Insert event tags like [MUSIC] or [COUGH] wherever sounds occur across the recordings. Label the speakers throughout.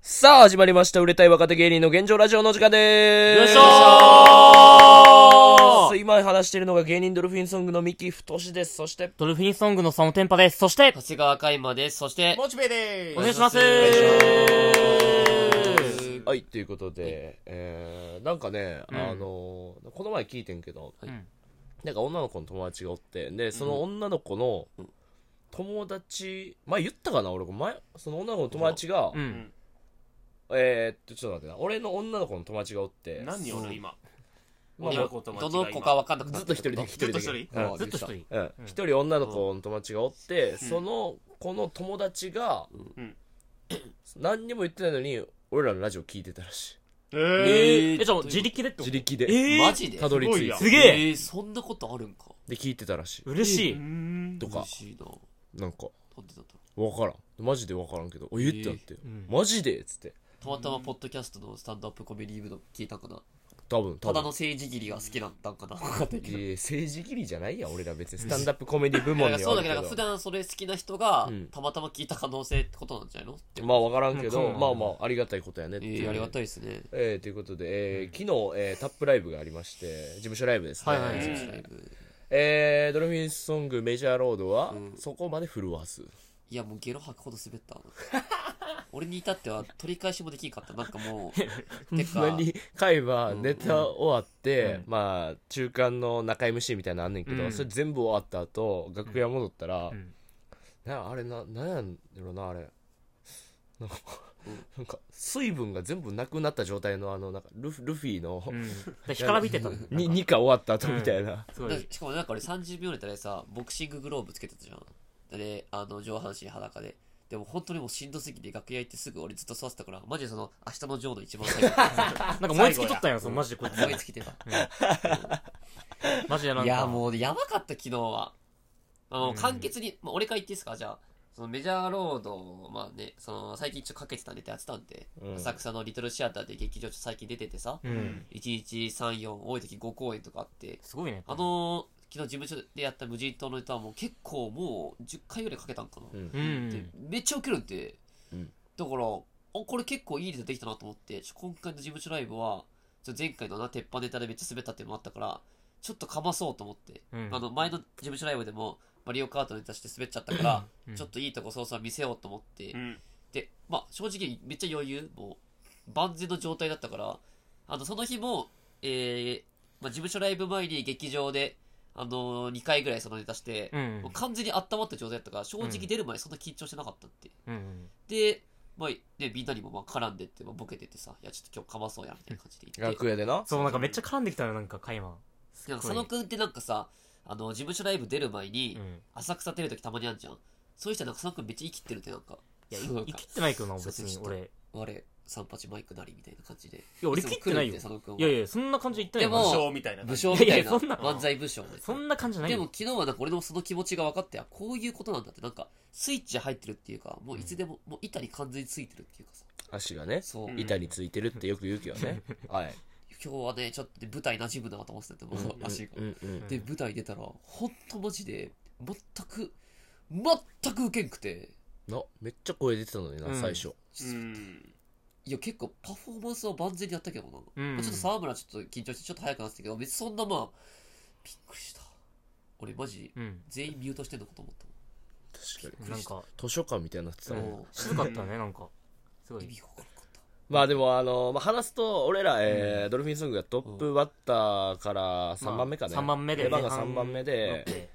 Speaker 1: さあ、始まりました。売れたい若手芸人の現状ラジオの時間でーす。
Speaker 2: よいしょー
Speaker 1: 今話しているのが芸人ドルフィンソングの三木太志です。そして、
Speaker 2: ドルフィンソングのサムテンパです。そして、
Speaker 3: 長谷川海馬です。そして、
Speaker 4: モチベで
Speaker 2: お
Speaker 4: ー
Speaker 2: 願い
Speaker 4: す。
Speaker 2: します
Speaker 3: お願いし
Speaker 1: はい、ということで、えー、なんかね、あのー、この前聞いてんけど、
Speaker 2: ん
Speaker 1: なんか女の子の友達がおって、で、その女の子の友達、前言ったかな俺、前、その女の子の友達が、
Speaker 2: うん。
Speaker 1: えー、っと、ちょっと待ってな、俺の女の子の友達がおって、
Speaker 4: 何人おる今。
Speaker 1: まあ
Speaker 4: 女の子と友
Speaker 3: ど
Speaker 4: 達が
Speaker 3: の
Speaker 4: 今
Speaker 3: 子か分かんなくな
Speaker 1: ずっと
Speaker 3: って
Speaker 1: 一人だけ、
Speaker 4: ずっと一人
Speaker 1: だけ
Speaker 4: あ
Speaker 1: うん
Speaker 2: ずっと一人。
Speaker 1: うん一人女の子の友達がおって、その子の友達が、
Speaker 4: ん
Speaker 1: 何にも言ってないのに俺らのラジオ聞いてたらしい
Speaker 4: え
Speaker 3: え
Speaker 2: え、じゃあ自力でってこと
Speaker 1: 自力で、
Speaker 2: えー、
Speaker 3: マジで
Speaker 1: たどり着い
Speaker 4: すごいや
Speaker 2: す
Speaker 1: て
Speaker 2: げえ
Speaker 3: えーそんなことあるんか。
Speaker 1: で聞いてたらしい
Speaker 2: 嬉しい。
Speaker 4: ー。
Speaker 1: とか
Speaker 3: 嬉しいな。な
Speaker 1: なんか
Speaker 3: んでだったの
Speaker 1: 分からんマジで分からんけど「おえっ?」ってなって「
Speaker 2: ん
Speaker 1: マジで?」っつって
Speaker 3: たまたまポッドキャストのスタンドアップコメディー部の聞いたかな。
Speaker 1: 多分多
Speaker 3: ただの
Speaker 1: 分
Speaker 3: 政治切りが好きだったんかな。分かんないけど
Speaker 1: いや政治切りじゃないやん俺ら別にスタンダップコメディ部門
Speaker 3: な
Speaker 1: に
Speaker 3: ん
Speaker 1: は
Speaker 3: かそうだけど、なん
Speaker 1: ある
Speaker 3: か普
Speaker 1: けど
Speaker 3: 段それ好きな人が
Speaker 1: うん、
Speaker 3: たまたま聞いた可能性ってことなんじゃないのって。
Speaker 1: まあ分からんけど
Speaker 2: うん
Speaker 1: まあまあありがたいことやねって
Speaker 3: え
Speaker 1: いう
Speaker 3: ー、ありがたいですね。
Speaker 1: えーということで、えー昨日、えータップライブがありまして事務所ライブですね、
Speaker 2: はいはい
Speaker 4: うん
Speaker 3: だいぶ
Speaker 1: えードルフィンソングメジャーロードは、
Speaker 3: うん
Speaker 1: そこまで震わず
Speaker 3: いや、もうゲロ吐くほど滑った。俺に至っては取り返しもできんかった。なんかも
Speaker 2: [LAUGHS]
Speaker 3: う、て
Speaker 1: ほんま
Speaker 3: か、
Speaker 1: に会はネタ終わって、
Speaker 2: うん
Speaker 1: まあ中間の中 MC みたいなのあんねんけど、
Speaker 2: うん
Speaker 1: それ全部終わった後楽屋戻ったら、
Speaker 2: ん
Speaker 1: なあれななんやんやろなあれなんかなんか水分が全部なくなった状態のあのなんかルフルフィの、
Speaker 2: うん。で干からびてたの。
Speaker 1: に
Speaker 2: なんか
Speaker 1: 2課終わった後みたいな、
Speaker 2: すご
Speaker 3: だ
Speaker 2: い。
Speaker 3: しかもなんか俺30秒ネタでさ、ボクシンググローブつけてたじゃん。で、あの、上半身裸で。でも本当にもうしんどすぎて楽屋行ってすぐ俺ずっと座ってたから、マジでその、明日のジョーの一番最後
Speaker 2: なんか燃え尽きとったやん、そのマジでこい
Speaker 3: に
Speaker 2: [LAUGHS]
Speaker 3: 思い
Speaker 2: つ。
Speaker 3: つきてた。
Speaker 2: マジでなんか。
Speaker 3: いや、もうやばかった昨日は。あの、簡潔に、まあ、俺から言っていいですかじゃあ、そのメジャーロード、まあね、その、最近ちょっとかけてたネタやってたんで、
Speaker 1: うん
Speaker 3: 浅草のリトルシアターで劇場ちょっと最近出ててさ、
Speaker 2: うん。
Speaker 3: 1日3、4、多い時5公演とかあって、
Speaker 2: すごいね。
Speaker 3: あのー昨日事務所でやった無人島のネタはもう結構もう10回ぐらいかけたんかな、
Speaker 1: うん
Speaker 2: うん
Speaker 3: でめっちゃウケるんで、
Speaker 1: うん
Speaker 3: だからあこれ結構いいネタできたなと思ってちょ今回の事務所ライブはちょ前回のな鉄板ネタでめっちゃ滑ったっていうのもあったからちょっとかまそうと思って、
Speaker 2: うん
Speaker 3: あの前の事務所ライブでもマリオカートのネタして滑っちゃったから、
Speaker 2: うん
Speaker 3: ちょっといいとこそうそう見せようと思って、
Speaker 4: うん。
Speaker 3: で、まあ、正直めっちゃ余裕、もう、万全の状態だったから、あの、その日も、えー、まあ、事務所ライブ前に劇場で、あのー、2回ぐらいそのネタして、
Speaker 2: うん
Speaker 3: もう完全に温まった状態だったから、正直出る前そんな緊張してなかったって。
Speaker 2: うん。
Speaker 3: で、まあ、ね、みんなにもまあ絡んでって、まあ、ボケててさ、いや、ちょっと今日かまそうや、みたいな感じで言って。
Speaker 1: 楽屋でな
Speaker 2: そう、なんかめっちゃ絡んできたの、なんか、カイマン。す
Speaker 3: な
Speaker 2: ごい
Speaker 3: んか佐野くんってなんかさ、あの、事務所ライブ出る前に
Speaker 2: う、ん。
Speaker 3: 浅草出るときたまにあるじゃん。そういう人はなんか佐野くんめっちゃ生きてるってなんか。
Speaker 2: いや、
Speaker 3: そうなん
Speaker 2: い
Speaker 3: か
Speaker 2: 生きてないけどな、別
Speaker 3: そう
Speaker 2: に
Speaker 3: そうそう
Speaker 2: 俺。い
Speaker 3: 我、三八マイクなりみたいな感じで。い
Speaker 2: や、俺切ってないよ。
Speaker 3: つも来るって佐野くんはい
Speaker 2: やいや、そんな感じで言ってない
Speaker 3: でも
Speaker 2: よ。
Speaker 4: 武将みたいな
Speaker 3: 武
Speaker 4: 感じ。
Speaker 3: 将みた
Speaker 2: いや
Speaker 3: い
Speaker 2: いや
Speaker 3: な
Speaker 2: そんな
Speaker 3: 漫才武将で
Speaker 2: そんな感じじゃない
Speaker 3: で
Speaker 2: よ
Speaker 3: も。昨日はなんか俺のその気持ちが分かってあこういうことなんだってなんかスイッチ入ってるっていうかもういつでも、もう板に完全についてるっていうかさ
Speaker 1: 足がね
Speaker 3: そう、今
Speaker 1: 板についてるってよく言うけど
Speaker 2: [LAUGHS]
Speaker 1: ねはい、
Speaker 3: 日はねちょっとね舞台馴染むなと思ってて、もう足が、
Speaker 1: うんうん、
Speaker 3: で舞台出たらほんとマジで全く全くウケんくて
Speaker 1: なめっちゃ声出てたのにな、
Speaker 2: うん
Speaker 1: 最初
Speaker 4: うん。
Speaker 3: いや結構パフォーマンスは万全にやったけどな、
Speaker 2: うん
Speaker 3: まあちょっと沢村ちょっと緊張してちょっと早くなってたけど別にそんなまあびっくりした俺マジ
Speaker 2: うん。
Speaker 3: 全員ミュートしてんのかと思ったもん
Speaker 1: 確かに
Speaker 2: なんか、
Speaker 1: 図書館みたいになってたもん
Speaker 3: そう
Speaker 2: 静かったね、なんか。すご
Speaker 3: 意
Speaker 2: い。
Speaker 3: 味わからなかった
Speaker 1: まあでもあの、まあ、話すと俺ら、えードルフィンソングがトップバッターから3番目かね、
Speaker 2: 3番目で。
Speaker 1: 出番が3番目で、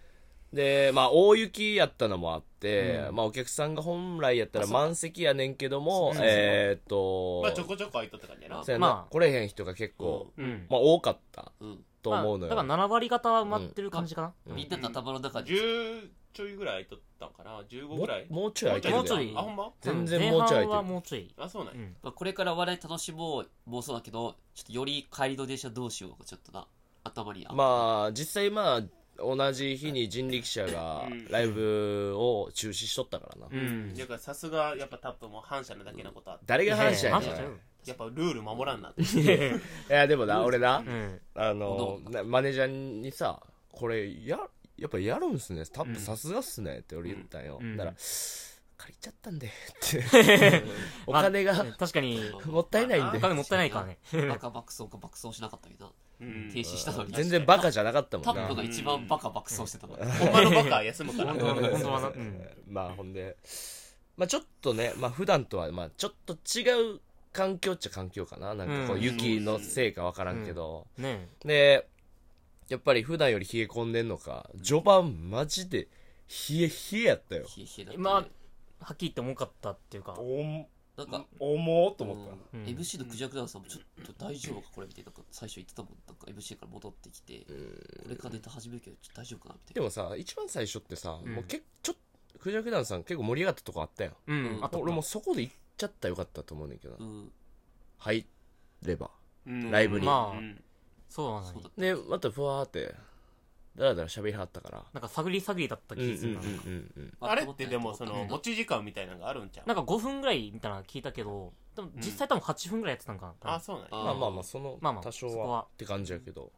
Speaker 1: でまあ大雪やったのもあって、
Speaker 2: うん
Speaker 1: まあお客さんが本来やったら満席やねんけどもえーっと、
Speaker 4: まあちょこちょこ空いとった感じやな。
Speaker 1: そうやな
Speaker 2: まあ
Speaker 1: 来れへん人が結構、
Speaker 2: うん。
Speaker 1: まあ多かった
Speaker 3: うん
Speaker 1: と思うの
Speaker 2: まあ
Speaker 1: よ、
Speaker 2: だから7割方は埋まってる感じかな。
Speaker 1: うん
Speaker 3: みんなの頭の中に、
Speaker 4: 10ちょいぐらい空いとったんかな ?15 ぐらい
Speaker 1: ももうちょい空いてる
Speaker 2: もうちょい
Speaker 4: あ、ほんま
Speaker 1: 全然もうちょい空い
Speaker 2: 前半
Speaker 1: て
Speaker 2: は
Speaker 1: る
Speaker 2: もうちょい。
Speaker 4: あ、そうなん
Speaker 2: う
Speaker 4: や。
Speaker 2: ん。
Speaker 3: まあ、これから笑い楽しもうもそうだけど、ちょっとより帰りの電車どうしようか、ちょっとな、頭にあ
Speaker 1: まあ実際まあ同じ日に人力車が
Speaker 4: うん
Speaker 1: ライブを中止しとったからな、
Speaker 2: うん。
Speaker 4: だからさすが、やっぱタップも反射なだけのことあって。
Speaker 1: 誰が話やねん
Speaker 2: いやいや反社ちゃう
Speaker 4: やっぱルール守らんなって。
Speaker 1: いやでもな俺な、
Speaker 2: うん。
Speaker 1: あの
Speaker 3: ど
Speaker 1: なマネージャーにさ「これややっぱやるんすねタップさすがっすね」って俺言ったんよ、
Speaker 2: うん
Speaker 1: だから借りちゃったんでってお金が
Speaker 2: まあ確かに、
Speaker 1: もったい [LAUGHS] ないん
Speaker 2: お
Speaker 1: で
Speaker 2: 金もったいないからね。
Speaker 3: バカ爆走か爆走しなかったみたい
Speaker 4: うん
Speaker 3: な。停止したのに。
Speaker 1: 全然バカじゃなかったも
Speaker 3: タ
Speaker 1: ん
Speaker 3: ッ
Speaker 1: な
Speaker 3: プが一番バカ爆走してたのに。
Speaker 4: ほんまのバカ休むから
Speaker 2: 本当はね本当はな
Speaker 1: そう
Speaker 2: う
Speaker 1: そうんまあほんでまあちょっとねまあ普段とはまあちょっと違う環境っちゃ環境かななんかこ
Speaker 2: う
Speaker 1: うん雪のせいかわからんけど、
Speaker 2: ね
Speaker 1: でやっぱり普段より冷え込んでんのか序盤マジで冷え冷えやったよ
Speaker 3: 冷え冷えだ
Speaker 2: え
Speaker 3: ったね
Speaker 2: まあ、はっきり言って重かったっていうか。
Speaker 3: なんか、
Speaker 5: 重っと思った。
Speaker 3: うん
Speaker 2: うん
Speaker 3: MC のクジャクダンさんもちょっと大丈夫かこれみたいななんか最初言ってたもんなんか MC から戻ってきてこれからネタ始めるけどちょっと大丈夫かなみ
Speaker 1: で
Speaker 3: たい
Speaker 1: もさ一番最初ってさ、
Speaker 2: うん
Speaker 1: もうけちょっとクジャクダンさん結構盛り上がったとこあったやん
Speaker 2: うん。あと、
Speaker 1: 俺もうそこで行っちゃったらよかったと思うねんだけど、
Speaker 3: なうん
Speaker 1: 入れば
Speaker 4: うん
Speaker 1: ライブに
Speaker 2: まあ
Speaker 4: うん
Speaker 2: そうなの
Speaker 3: そう
Speaker 2: に
Speaker 3: だ。
Speaker 1: でまたふわーってだらだら喋りはったから
Speaker 2: なんか探り探りだった
Speaker 1: うんうん
Speaker 2: 気
Speaker 1: う
Speaker 2: がする
Speaker 1: ん
Speaker 2: な。
Speaker 1: うんうん
Speaker 4: あれってでもその
Speaker 3: も
Speaker 4: 持ち時間みたいなのがあるんちゃう
Speaker 2: なんか5分ぐらいみたいなの聞いたけど、でも実際多分8分ぐらいやってたんかな。
Speaker 4: あそうなんや
Speaker 3: あ
Speaker 1: まあまあまあその
Speaker 2: まあまあ
Speaker 1: 多少
Speaker 2: そ
Speaker 1: は
Speaker 2: こは
Speaker 1: って感じやけど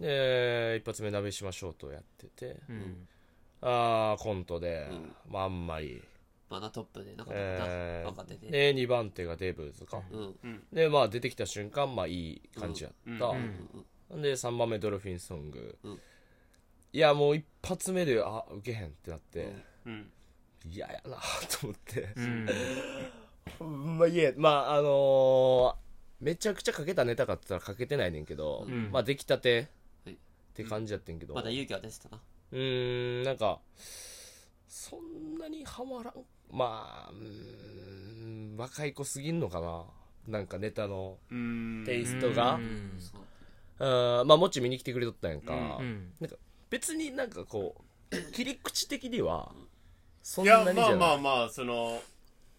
Speaker 1: で一発目鍋しましょうとやってて
Speaker 2: うん。
Speaker 1: ああコントで、
Speaker 3: うん
Speaker 1: まああんまり
Speaker 3: マナトップでなんか
Speaker 1: え
Speaker 3: 若手
Speaker 1: ー、
Speaker 3: で
Speaker 1: で2番手がデブーズか、
Speaker 3: うんうん
Speaker 1: でまあ出てきた瞬間まあいい感じやった、
Speaker 4: うん
Speaker 3: うん
Speaker 1: で3番目ドルフィンソング、
Speaker 3: うん
Speaker 1: いやもう一発目であ受けへんってなっ
Speaker 3: う
Speaker 1: て
Speaker 3: ん
Speaker 4: うん
Speaker 1: 嫌やなと思って
Speaker 2: うん。
Speaker 1: まあいえまああのーめちゃくちゃかけたネタかって言ったらかけてないねんけど、
Speaker 2: うん
Speaker 1: まあ出来たて
Speaker 3: はい
Speaker 1: って感じやってんけど、
Speaker 3: まだ勇気は出てたな
Speaker 1: うーんなんかそんなにハマらんまあうーん若い子すぎんのかななんかネタの
Speaker 4: うん
Speaker 1: テイストが
Speaker 2: うん
Speaker 3: そう
Speaker 1: うーんまあもっち見に来てくれとったんやんか、
Speaker 4: うん
Speaker 2: うん。
Speaker 1: 別になんかこう切り口的にはそ
Speaker 4: い
Speaker 1: んな
Speaker 4: や
Speaker 1: にじゃない
Speaker 4: まあまあまあその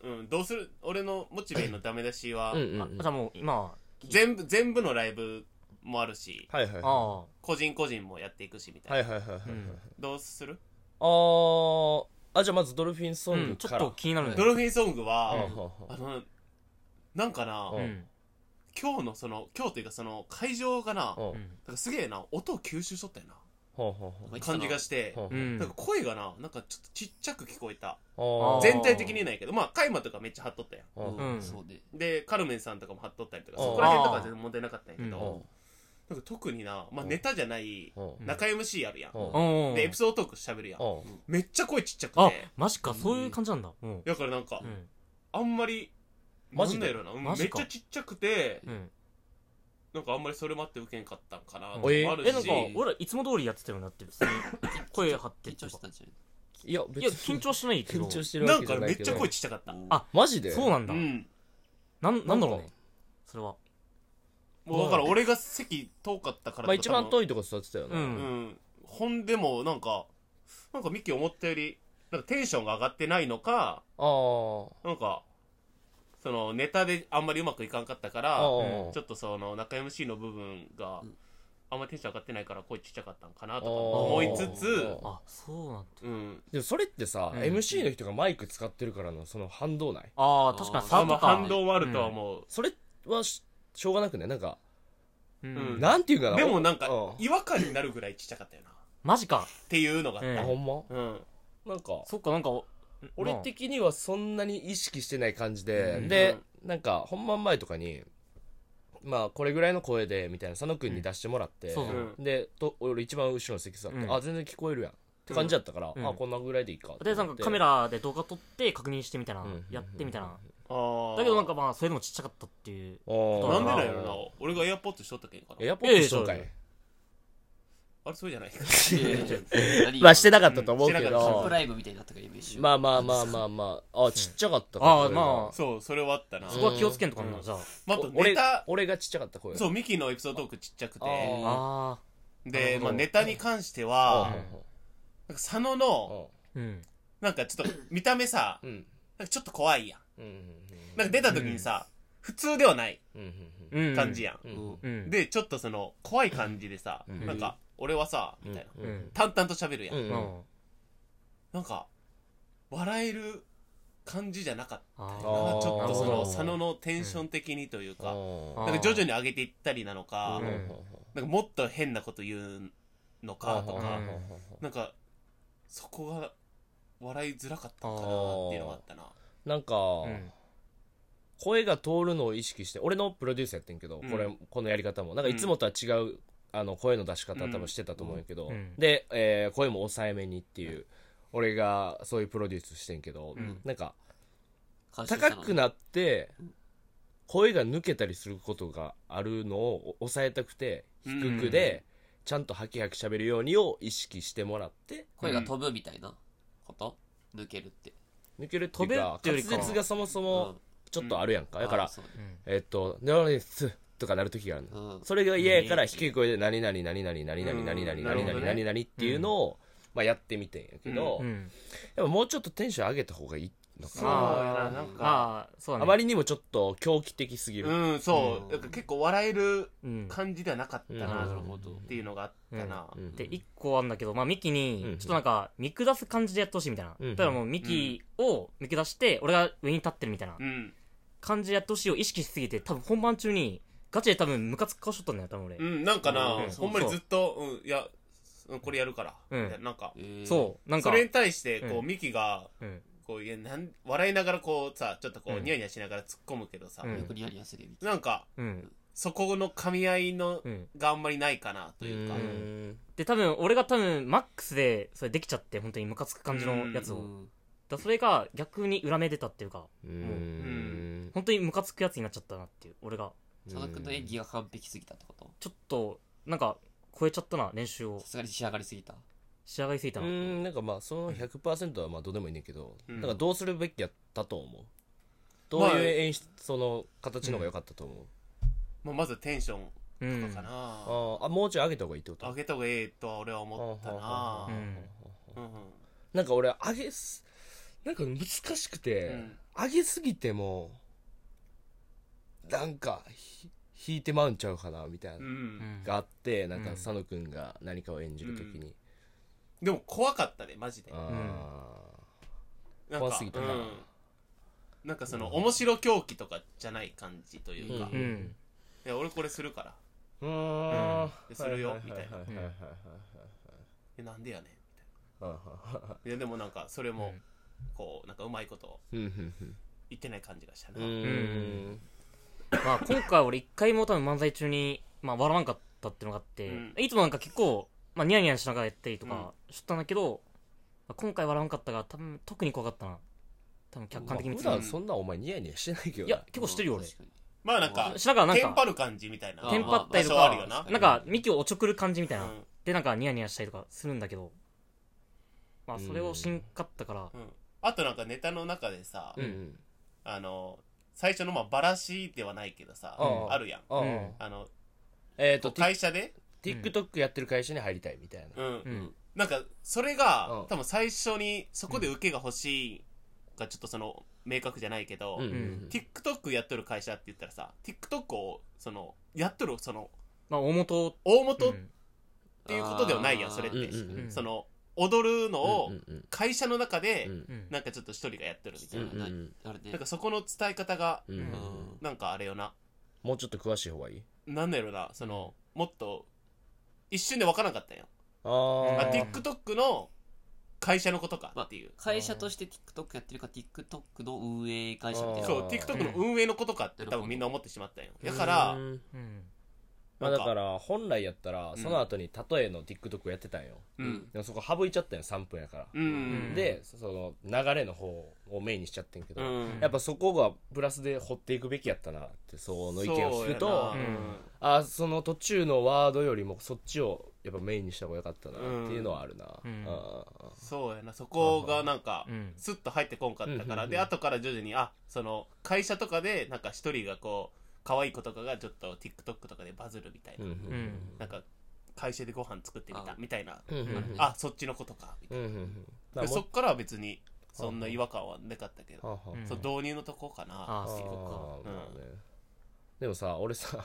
Speaker 4: うんどうする俺のモチベのダメ出しは
Speaker 1: うんうんう
Speaker 2: あ
Speaker 1: ん
Speaker 2: じゃあもう今は、
Speaker 4: 全部全部のライブもあるし
Speaker 1: はいはいは
Speaker 2: あ
Speaker 4: 個人個人もやっていくしみたい
Speaker 1: いは
Speaker 4: ない
Speaker 1: はいはいはいはい、
Speaker 2: あ、うん。
Speaker 4: どうする
Speaker 1: あーあじゃあまずドルフィンソ
Speaker 2: う
Speaker 1: ング
Speaker 2: ん、ちょ
Speaker 1: か
Speaker 2: っ
Speaker 1: ら、
Speaker 2: と気になるね
Speaker 4: ドルフィンソングは
Speaker 1: うんうん
Speaker 4: あのなんかな
Speaker 1: う
Speaker 2: うん。
Speaker 4: 今日のその今日というかその会場がな
Speaker 1: うんうん
Speaker 2: うん
Speaker 4: なんかすげえな音を吸収しとったよ
Speaker 1: ほうほうほう
Speaker 4: な感じがして
Speaker 1: ほうほう
Speaker 2: うん
Speaker 4: なんか声がななんかちょっとちっちゃく聞こえた
Speaker 1: あー
Speaker 4: 全体的にないけどまあカイマとかめっちゃ張っとったやん
Speaker 1: うん
Speaker 3: う
Speaker 2: うんん
Speaker 3: そうね
Speaker 4: でカルメンさんとかも張っとったりとか
Speaker 1: うん
Speaker 4: そこら辺とかは全然問題なかったんやけ
Speaker 1: う
Speaker 4: ど
Speaker 1: ん
Speaker 4: なんか特になまあ
Speaker 1: うん
Speaker 4: ネタじゃない
Speaker 1: うん
Speaker 2: ん
Speaker 4: 中 MC あるやん
Speaker 1: うん
Speaker 2: おー
Speaker 4: でエピソードトーク喋るやん
Speaker 1: うん
Speaker 4: めっちゃ声ちっちゃく
Speaker 2: あ
Speaker 4: て、
Speaker 2: マジか、そういう感じなんだ。も
Speaker 4: だからなんか
Speaker 2: う。うん。
Speaker 4: あんまり
Speaker 1: マジで
Speaker 4: なんだろうなうん
Speaker 2: マジ
Speaker 4: めっち
Speaker 2: か
Speaker 4: ゃちっちゃくて
Speaker 2: うん。
Speaker 4: なんかあんまりそれ待って受けんかったんかな
Speaker 2: うん
Speaker 4: とかもある
Speaker 2: え、なん
Speaker 4: し
Speaker 2: か、俺らいつも通りやってたようになってる。別に声張って
Speaker 3: 緊
Speaker 2: って
Speaker 3: 張
Speaker 2: いう
Speaker 3: し
Speaker 2: か
Speaker 3: てたんじゃない
Speaker 1: いや
Speaker 2: い
Speaker 1: 別
Speaker 2: や、
Speaker 1: に
Speaker 2: 緊張してないけど。
Speaker 1: 緊張してる
Speaker 4: な
Speaker 1: わ
Speaker 4: ん
Speaker 1: けじゃ
Speaker 4: か
Speaker 1: ない
Speaker 4: め
Speaker 1: け
Speaker 4: っ
Speaker 1: ど
Speaker 4: ちゃ声ちっちゃかった
Speaker 2: あ、
Speaker 1: マジで
Speaker 2: そうなんだ
Speaker 4: う。ん
Speaker 2: なん、なんだろ
Speaker 1: な
Speaker 2: う
Speaker 1: んか
Speaker 2: ね。それは。
Speaker 4: もうだから俺が席遠かったから
Speaker 1: まあ一番
Speaker 4: い
Speaker 1: 遠いとこ座ってたよ
Speaker 2: う
Speaker 4: うん
Speaker 1: ね
Speaker 2: ん
Speaker 4: ほんでもなんかなんかミキ思ったよりなんかテンションが上がってないのか
Speaker 1: あー
Speaker 4: なんかそのネタであんまりうまくいかんかったか
Speaker 1: あ
Speaker 4: ら
Speaker 1: ー
Speaker 4: ちょっとその中 MC の部分が
Speaker 3: うん
Speaker 4: あんまりテンション上がってないから声ちっちゃかったんかなとか思いつつ
Speaker 1: あー
Speaker 2: あ、そうなんだ。
Speaker 4: うん
Speaker 1: でもそれってさ
Speaker 2: うん
Speaker 1: MC の人がマイク使ってるからのその反動ない
Speaker 2: ああ、確かに
Speaker 4: まあ
Speaker 2: 差
Speaker 4: ま
Speaker 2: と
Speaker 4: あ
Speaker 2: か。
Speaker 4: 反動はあるとは思う
Speaker 1: それはししょうがなくねなんか
Speaker 2: うん
Speaker 4: うん
Speaker 1: なんていうかな
Speaker 4: でもなんか
Speaker 1: うん
Speaker 4: 違和感になるぐらいちっちゃかったよなっ
Speaker 2: マジか。
Speaker 4: ていうのがあ
Speaker 1: あ
Speaker 4: っ
Speaker 1: ほんま
Speaker 4: たうん
Speaker 1: なんか
Speaker 2: そっか、なんか、
Speaker 1: 俺
Speaker 2: まあ
Speaker 1: 的にはそんなに意識してない感じ
Speaker 2: う
Speaker 1: で
Speaker 2: ん
Speaker 1: でなんか本番前とかにまあこれぐらいの声でみたいな佐野くんに出してもらって
Speaker 2: そうそう
Speaker 4: うん
Speaker 1: でと俺一番後ろの席座って
Speaker 2: うん
Speaker 1: あ全然聞こえるやんって感じだったから
Speaker 2: うん
Speaker 1: あこんなぐらいでいいか
Speaker 2: でなんかカメ
Speaker 1: ラ
Speaker 2: ラで動画撮って確認してみたいな、
Speaker 1: うん
Speaker 2: やってみたいな、
Speaker 4: あー
Speaker 2: だけどなんかまあそれでもちっちゃかったっていう
Speaker 1: な
Speaker 4: なんでなんやろな俺がエアポッドしとったけんかな
Speaker 1: エアポッドしとんか
Speaker 2: いやい
Speaker 1: い
Speaker 4: あれそうじゃない
Speaker 3: 何
Speaker 1: まあしてなかったと思うけ
Speaker 4: してなかっ
Speaker 3: トップ
Speaker 1: ど
Speaker 4: た
Speaker 3: ライブみたいになったから今一瞬
Speaker 1: まあまあまあまあまああちっちゃかった
Speaker 2: ああ
Speaker 1: 声が
Speaker 2: ま
Speaker 4: そうそれはあったな
Speaker 2: そこは気をつけんとかな、
Speaker 4: うん
Speaker 2: じゃあ
Speaker 4: まああとネ
Speaker 1: 俺
Speaker 4: タ
Speaker 1: 俺がちっちゃかった声
Speaker 4: そうミキのエピソードトークちっちゃくて
Speaker 1: あ
Speaker 2: ああ
Speaker 4: で
Speaker 1: なるほど
Speaker 4: まあネタに関して
Speaker 1: あ
Speaker 4: は
Speaker 1: あ
Speaker 4: なんか佐野の
Speaker 2: うん
Speaker 4: なんかちょっと見た目さ
Speaker 1: うん
Speaker 4: なんかちょっと怖いやん
Speaker 1: うんうん
Speaker 4: なんか出た時にさ普通ではない
Speaker 1: うん
Speaker 2: うんうん
Speaker 4: 感じやん
Speaker 1: うんうん
Speaker 3: うん
Speaker 2: うん
Speaker 4: でちょっとその怖い感じでさ
Speaker 1: うん
Speaker 4: なんか俺はさみ
Speaker 1: うん
Speaker 4: たいな
Speaker 1: うんうん
Speaker 4: 淡々と喋るやん
Speaker 1: うんうん
Speaker 4: なんか、笑える感じじゃなかっ
Speaker 2: あ
Speaker 4: た。
Speaker 1: あー
Speaker 2: あ
Speaker 4: ちょっとそ
Speaker 2: なる
Speaker 4: の、
Speaker 2: ほど
Speaker 4: 佐野のテンション的にというか、
Speaker 1: あ
Speaker 2: あ
Speaker 4: なんか徐々に上げていったりなの
Speaker 1: あ
Speaker 4: か
Speaker 2: うん、
Speaker 4: なんかもっと変なこと言うのかと
Speaker 2: うん
Speaker 4: か、
Speaker 1: あ
Speaker 4: なんか、そこが、笑いづらかったのかなっていうのがあったな。
Speaker 1: なんか、
Speaker 2: うん
Speaker 1: 声が通るのを意識して俺のプロデュースやってんけど、
Speaker 4: うん
Speaker 1: これこのやり方もなんかいつもとは違う、あの声の出し方多分してたと思うんやけど、
Speaker 2: うん
Speaker 1: で、えー声も抑えめにっていう、俺がそういうプロデュースしてんけど、
Speaker 4: ん
Speaker 1: なんか
Speaker 3: 感心した
Speaker 1: 高
Speaker 3: の
Speaker 1: くなって声が抜けたりすることがあるのを抑えたくて低くでちゃんとハキハキ喋るようにを意識してもらって
Speaker 3: 声が飛ぶみたいなこと抜けるって。
Speaker 1: 抜けるっていうか
Speaker 2: 飛
Speaker 1: 滑
Speaker 2: ぶっていうよりか
Speaker 1: 舌がそもそもちょっとあるやんか、だから
Speaker 3: あそう
Speaker 1: えっと「なのにす」とかなるときがあるの、
Speaker 3: うん
Speaker 1: それが嫌やから低い声で「何々何々何々何々何々
Speaker 4: な
Speaker 1: 何
Speaker 4: るほど
Speaker 1: 々
Speaker 4: ね
Speaker 1: 何々」っていうのを、まあ、やってみてんやけど、
Speaker 2: うん
Speaker 1: やっぱもうちょっとテンション上げた方がいいのかな
Speaker 4: そうやな、なんか。
Speaker 2: まあそうだね
Speaker 1: あまりにもちょっと狂気的すぎる、
Speaker 4: うん、
Speaker 3: う
Speaker 4: そ
Speaker 3: ん
Speaker 4: う。なんか結構笑える
Speaker 2: うん
Speaker 4: 感じではなかった
Speaker 1: うん
Speaker 4: な、
Speaker 3: なるほど
Speaker 4: っ。ていうのがあったな。
Speaker 1: うん
Speaker 2: で1個あるんだけど、まあ、ミキ
Speaker 1: うん
Speaker 2: にちょっとなんか見下す感じでやってほしいみたいな、
Speaker 1: うん
Speaker 2: ただもうミキを見下して俺が上に立ってるみたいな
Speaker 4: うん。
Speaker 2: 感じでやってほしいを意識しすぎて多分本番中にガチで多分ムカつく顔しとったんだよ多分俺、
Speaker 4: うん、なんか
Speaker 2: う、
Speaker 4: なんほんまにずっと、うん、いや、うんこれやるから。
Speaker 2: うん
Speaker 4: みたいななんか、
Speaker 2: そうなんか
Speaker 4: それに対して、こ
Speaker 2: う
Speaker 4: う、
Speaker 2: ん
Speaker 4: ミキが、
Speaker 2: うん、
Speaker 4: こう、いや、なん、笑いながらこう、さ、ちょっとこう、
Speaker 2: うん
Speaker 4: ニヤニヤしながら突っ込むけどさ
Speaker 2: う、
Speaker 3: え
Speaker 2: ん
Speaker 3: ー。よくニヤニヤするよ。
Speaker 4: なんか、
Speaker 2: うん
Speaker 4: そこの噛み合いの
Speaker 2: う、ん、
Speaker 4: があんまりないかな、というか。
Speaker 1: うん
Speaker 2: で多分俺が多分マックスでそれできちゃって本当にムカつく感じのやつを、
Speaker 3: うん
Speaker 2: だそれが逆に裏目出たっていうか
Speaker 1: う
Speaker 4: うん
Speaker 1: ん
Speaker 2: 本当にムカつくやつになっちゃったなっていう俺が
Speaker 3: 佐野くんの演技が完璧すぎたってこと
Speaker 2: ちょっとなんか超えちゃったな練習を
Speaker 3: さすがに仕上がりすぎた。
Speaker 2: 仕上がりすぎた
Speaker 1: う
Speaker 2: な、
Speaker 1: んなんかまあその100%はまあどうでもいいねんけど、
Speaker 4: うん
Speaker 1: なんかどうするべきやったと思うどういう演出その形の方が良かったと思う、
Speaker 4: まあまずテンション
Speaker 2: うん
Speaker 4: とかかな。
Speaker 1: あーあもうちょい上げた方がいいってこと
Speaker 4: あげた方がええとは俺は思ったな
Speaker 2: うん
Speaker 4: うん
Speaker 1: なんか俺上げすなんか難しくて、
Speaker 4: うん
Speaker 1: 上げすぎてもなんかひ引いてまうんちゃうかなみたいな、
Speaker 4: うん
Speaker 2: うん
Speaker 1: があってなんか
Speaker 2: うん
Speaker 1: 佐野くんが何かを演じるときに、
Speaker 4: でも怖かったねマジで
Speaker 1: あ
Speaker 4: なんか
Speaker 1: 怖すぎたな
Speaker 4: うんなんかその面白狂気とかじゃない感じというか
Speaker 1: う
Speaker 2: うんん、
Speaker 4: いや俺これするから
Speaker 1: ーうん
Speaker 2: うん
Speaker 4: でするよみたいな
Speaker 1: ははは
Speaker 4: えなんでやねんみ
Speaker 1: はは
Speaker 4: たいないやでもなんかそれ
Speaker 2: う
Speaker 4: も
Speaker 2: ん
Speaker 4: こうなんかうまいこと
Speaker 1: うんうんうん
Speaker 4: 言ってない感じがした
Speaker 1: う
Speaker 4: な
Speaker 1: ーん
Speaker 2: まあ今回俺一回も多分漫才中に、まあ、笑わんかったっていうのがあって、
Speaker 4: うん
Speaker 2: いつもなんか結構、まあ、ニヤニヤしながらやったりとかしとったんだけど、まあ今回笑わんかったが多分特に怖かったな多分客観的に見
Speaker 1: 普
Speaker 2: てた
Speaker 1: 段そんなお前ニヤニヤしてないけど
Speaker 2: い
Speaker 1: な
Speaker 2: や結構してるよ俺
Speaker 3: 確かに
Speaker 4: まあなんか
Speaker 2: しながらなん
Speaker 4: テンパ
Speaker 2: か
Speaker 4: る感じみたいな
Speaker 3: あ
Speaker 2: テンパったりと
Speaker 4: まあまあまあ
Speaker 2: か
Speaker 4: そうあるよな
Speaker 2: なんか幹をおちょくる感じみたいな、
Speaker 4: うん
Speaker 2: でなんかニヤニヤしたりとかするんだけどまあそれをしんかったから、
Speaker 4: うんあとなんかネタの中でさ
Speaker 1: うんうん
Speaker 4: あの最初のまあバラシではないけどさ
Speaker 1: うん
Speaker 4: あるやん
Speaker 1: ああ、
Speaker 2: うん
Speaker 4: あの
Speaker 1: えっ、と
Speaker 4: 会社で
Speaker 1: TikTok やってる会社に入りたいみたいな、
Speaker 4: うん
Speaker 2: うん
Speaker 4: なんか、それが、
Speaker 1: うん
Speaker 4: 多分最初に、そこで受けが欲しいがちょっとその、明確じゃないけど、
Speaker 1: うんうん
Speaker 2: うん
Speaker 4: TikTok やっとる会社って言ったらさ、TikTok を、その、やっとる、その、
Speaker 2: まあ大元っ
Speaker 4: 大元っ
Speaker 2: ん
Speaker 4: ていうことではないやん、
Speaker 3: あー
Speaker 4: それって。
Speaker 1: うんうんうん
Speaker 4: その、踊るのを
Speaker 1: うん、うん
Speaker 4: 会社の中で
Speaker 1: う、ん
Speaker 2: うん
Speaker 4: なんかちょっと一人がやってるみたい
Speaker 1: うん
Speaker 4: な。
Speaker 1: うんうん
Speaker 3: あるね。
Speaker 4: なんかそこの伝え方が、
Speaker 1: うんうん
Speaker 2: うん
Speaker 3: うん
Speaker 4: なんかあれよな、
Speaker 1: もうちょっと詳しい方がいい
Speaker 4: なんだろうな、その、もっと、一瞬で分からなかったんよ。
Speaker 1: あ
Speaker 2: う
Speaker 4: あ
Speaker 2: ん
Speaker 4: TikTok の会社のことかっていう。
Speaker 3: 会社として TikTok やってるか TikTok の運営会社みたいな。
Speaker 4: そう、
Speaker 1: あー
Speaker 4: TikTok の運営のことかって
Speaker 3: うん
Speaker 4: 多分みんな思ってしまったんよ。だから、
Speaker 2: うん
Speaker 1: まあ
Speaker 4: な
Speaker 1: だ
Speaker 4: んか
Speaker 1: から本来やったら
Speaker 4: ん
Speaker 1: その後に例えの TikTok をやってたんよ
Speaker 4: うん。
Speaker 1: でもそこ省いちゃったんよ3分やから
Speaker 4: うん。
Speaker 1: でその流れの方をメインにしちゃってんけ
Speaker 4: う
Speaker 1: ど
Speaker 4: ん。
Speaker 1: やっぱそこがプラスで掘っていくべきやったなってその意見を聞くと
Speaker 4: そうやな
Speaker 1: あその途中のワードよりもそっちをやっぱメインにした方が良かったなっていうのはあるな
Speaker 2: うん
Speaker 1: あー
Speaker 4: そうやな、そこがなんか
Speaker 2: うん、
Speaker 4: スッと入ってこんかったか
Speaker 1: う
Speaker 4: ら、
Speaker 1: ん
Speaker 4: で、後から徐々に、あ、その、会社とかで、なんか一人がこう、可愛い子とかがちょっと TikTok とかでバズるみたい
Speaker 1: うん
Speaker 4: な。
Speaker 1: うん
Speaker 2: うん
Speaker 4: なんか、会社でご飯作ってみた
Speaker 3: あ、
Speaker 4: みたいな。
Speaker 1: うんうんうん
Speaker 4: あ、そっちのことか、みた
Speaker 1: う
Speaker 4: い
Speaker 1: んうんうん
Speaker 4: な。
Speaker 1: まあ
Speaker 4: で
Speaker 1: も
Speaker 4: そっからは別に、そんな違和感はなかったけど、
Speaker 1: はあはあ
Speaker 2: うん
Speaker 4: そう、導入のとこかな、
Speaker 2: あ
Speaker 4: って
Speaker 2: そ
Speaker 4: いう
Speaker 2: か
Speaker 1: あーまあ
Speaker 4: うん
Speaker 1: ねでもさ俺さ、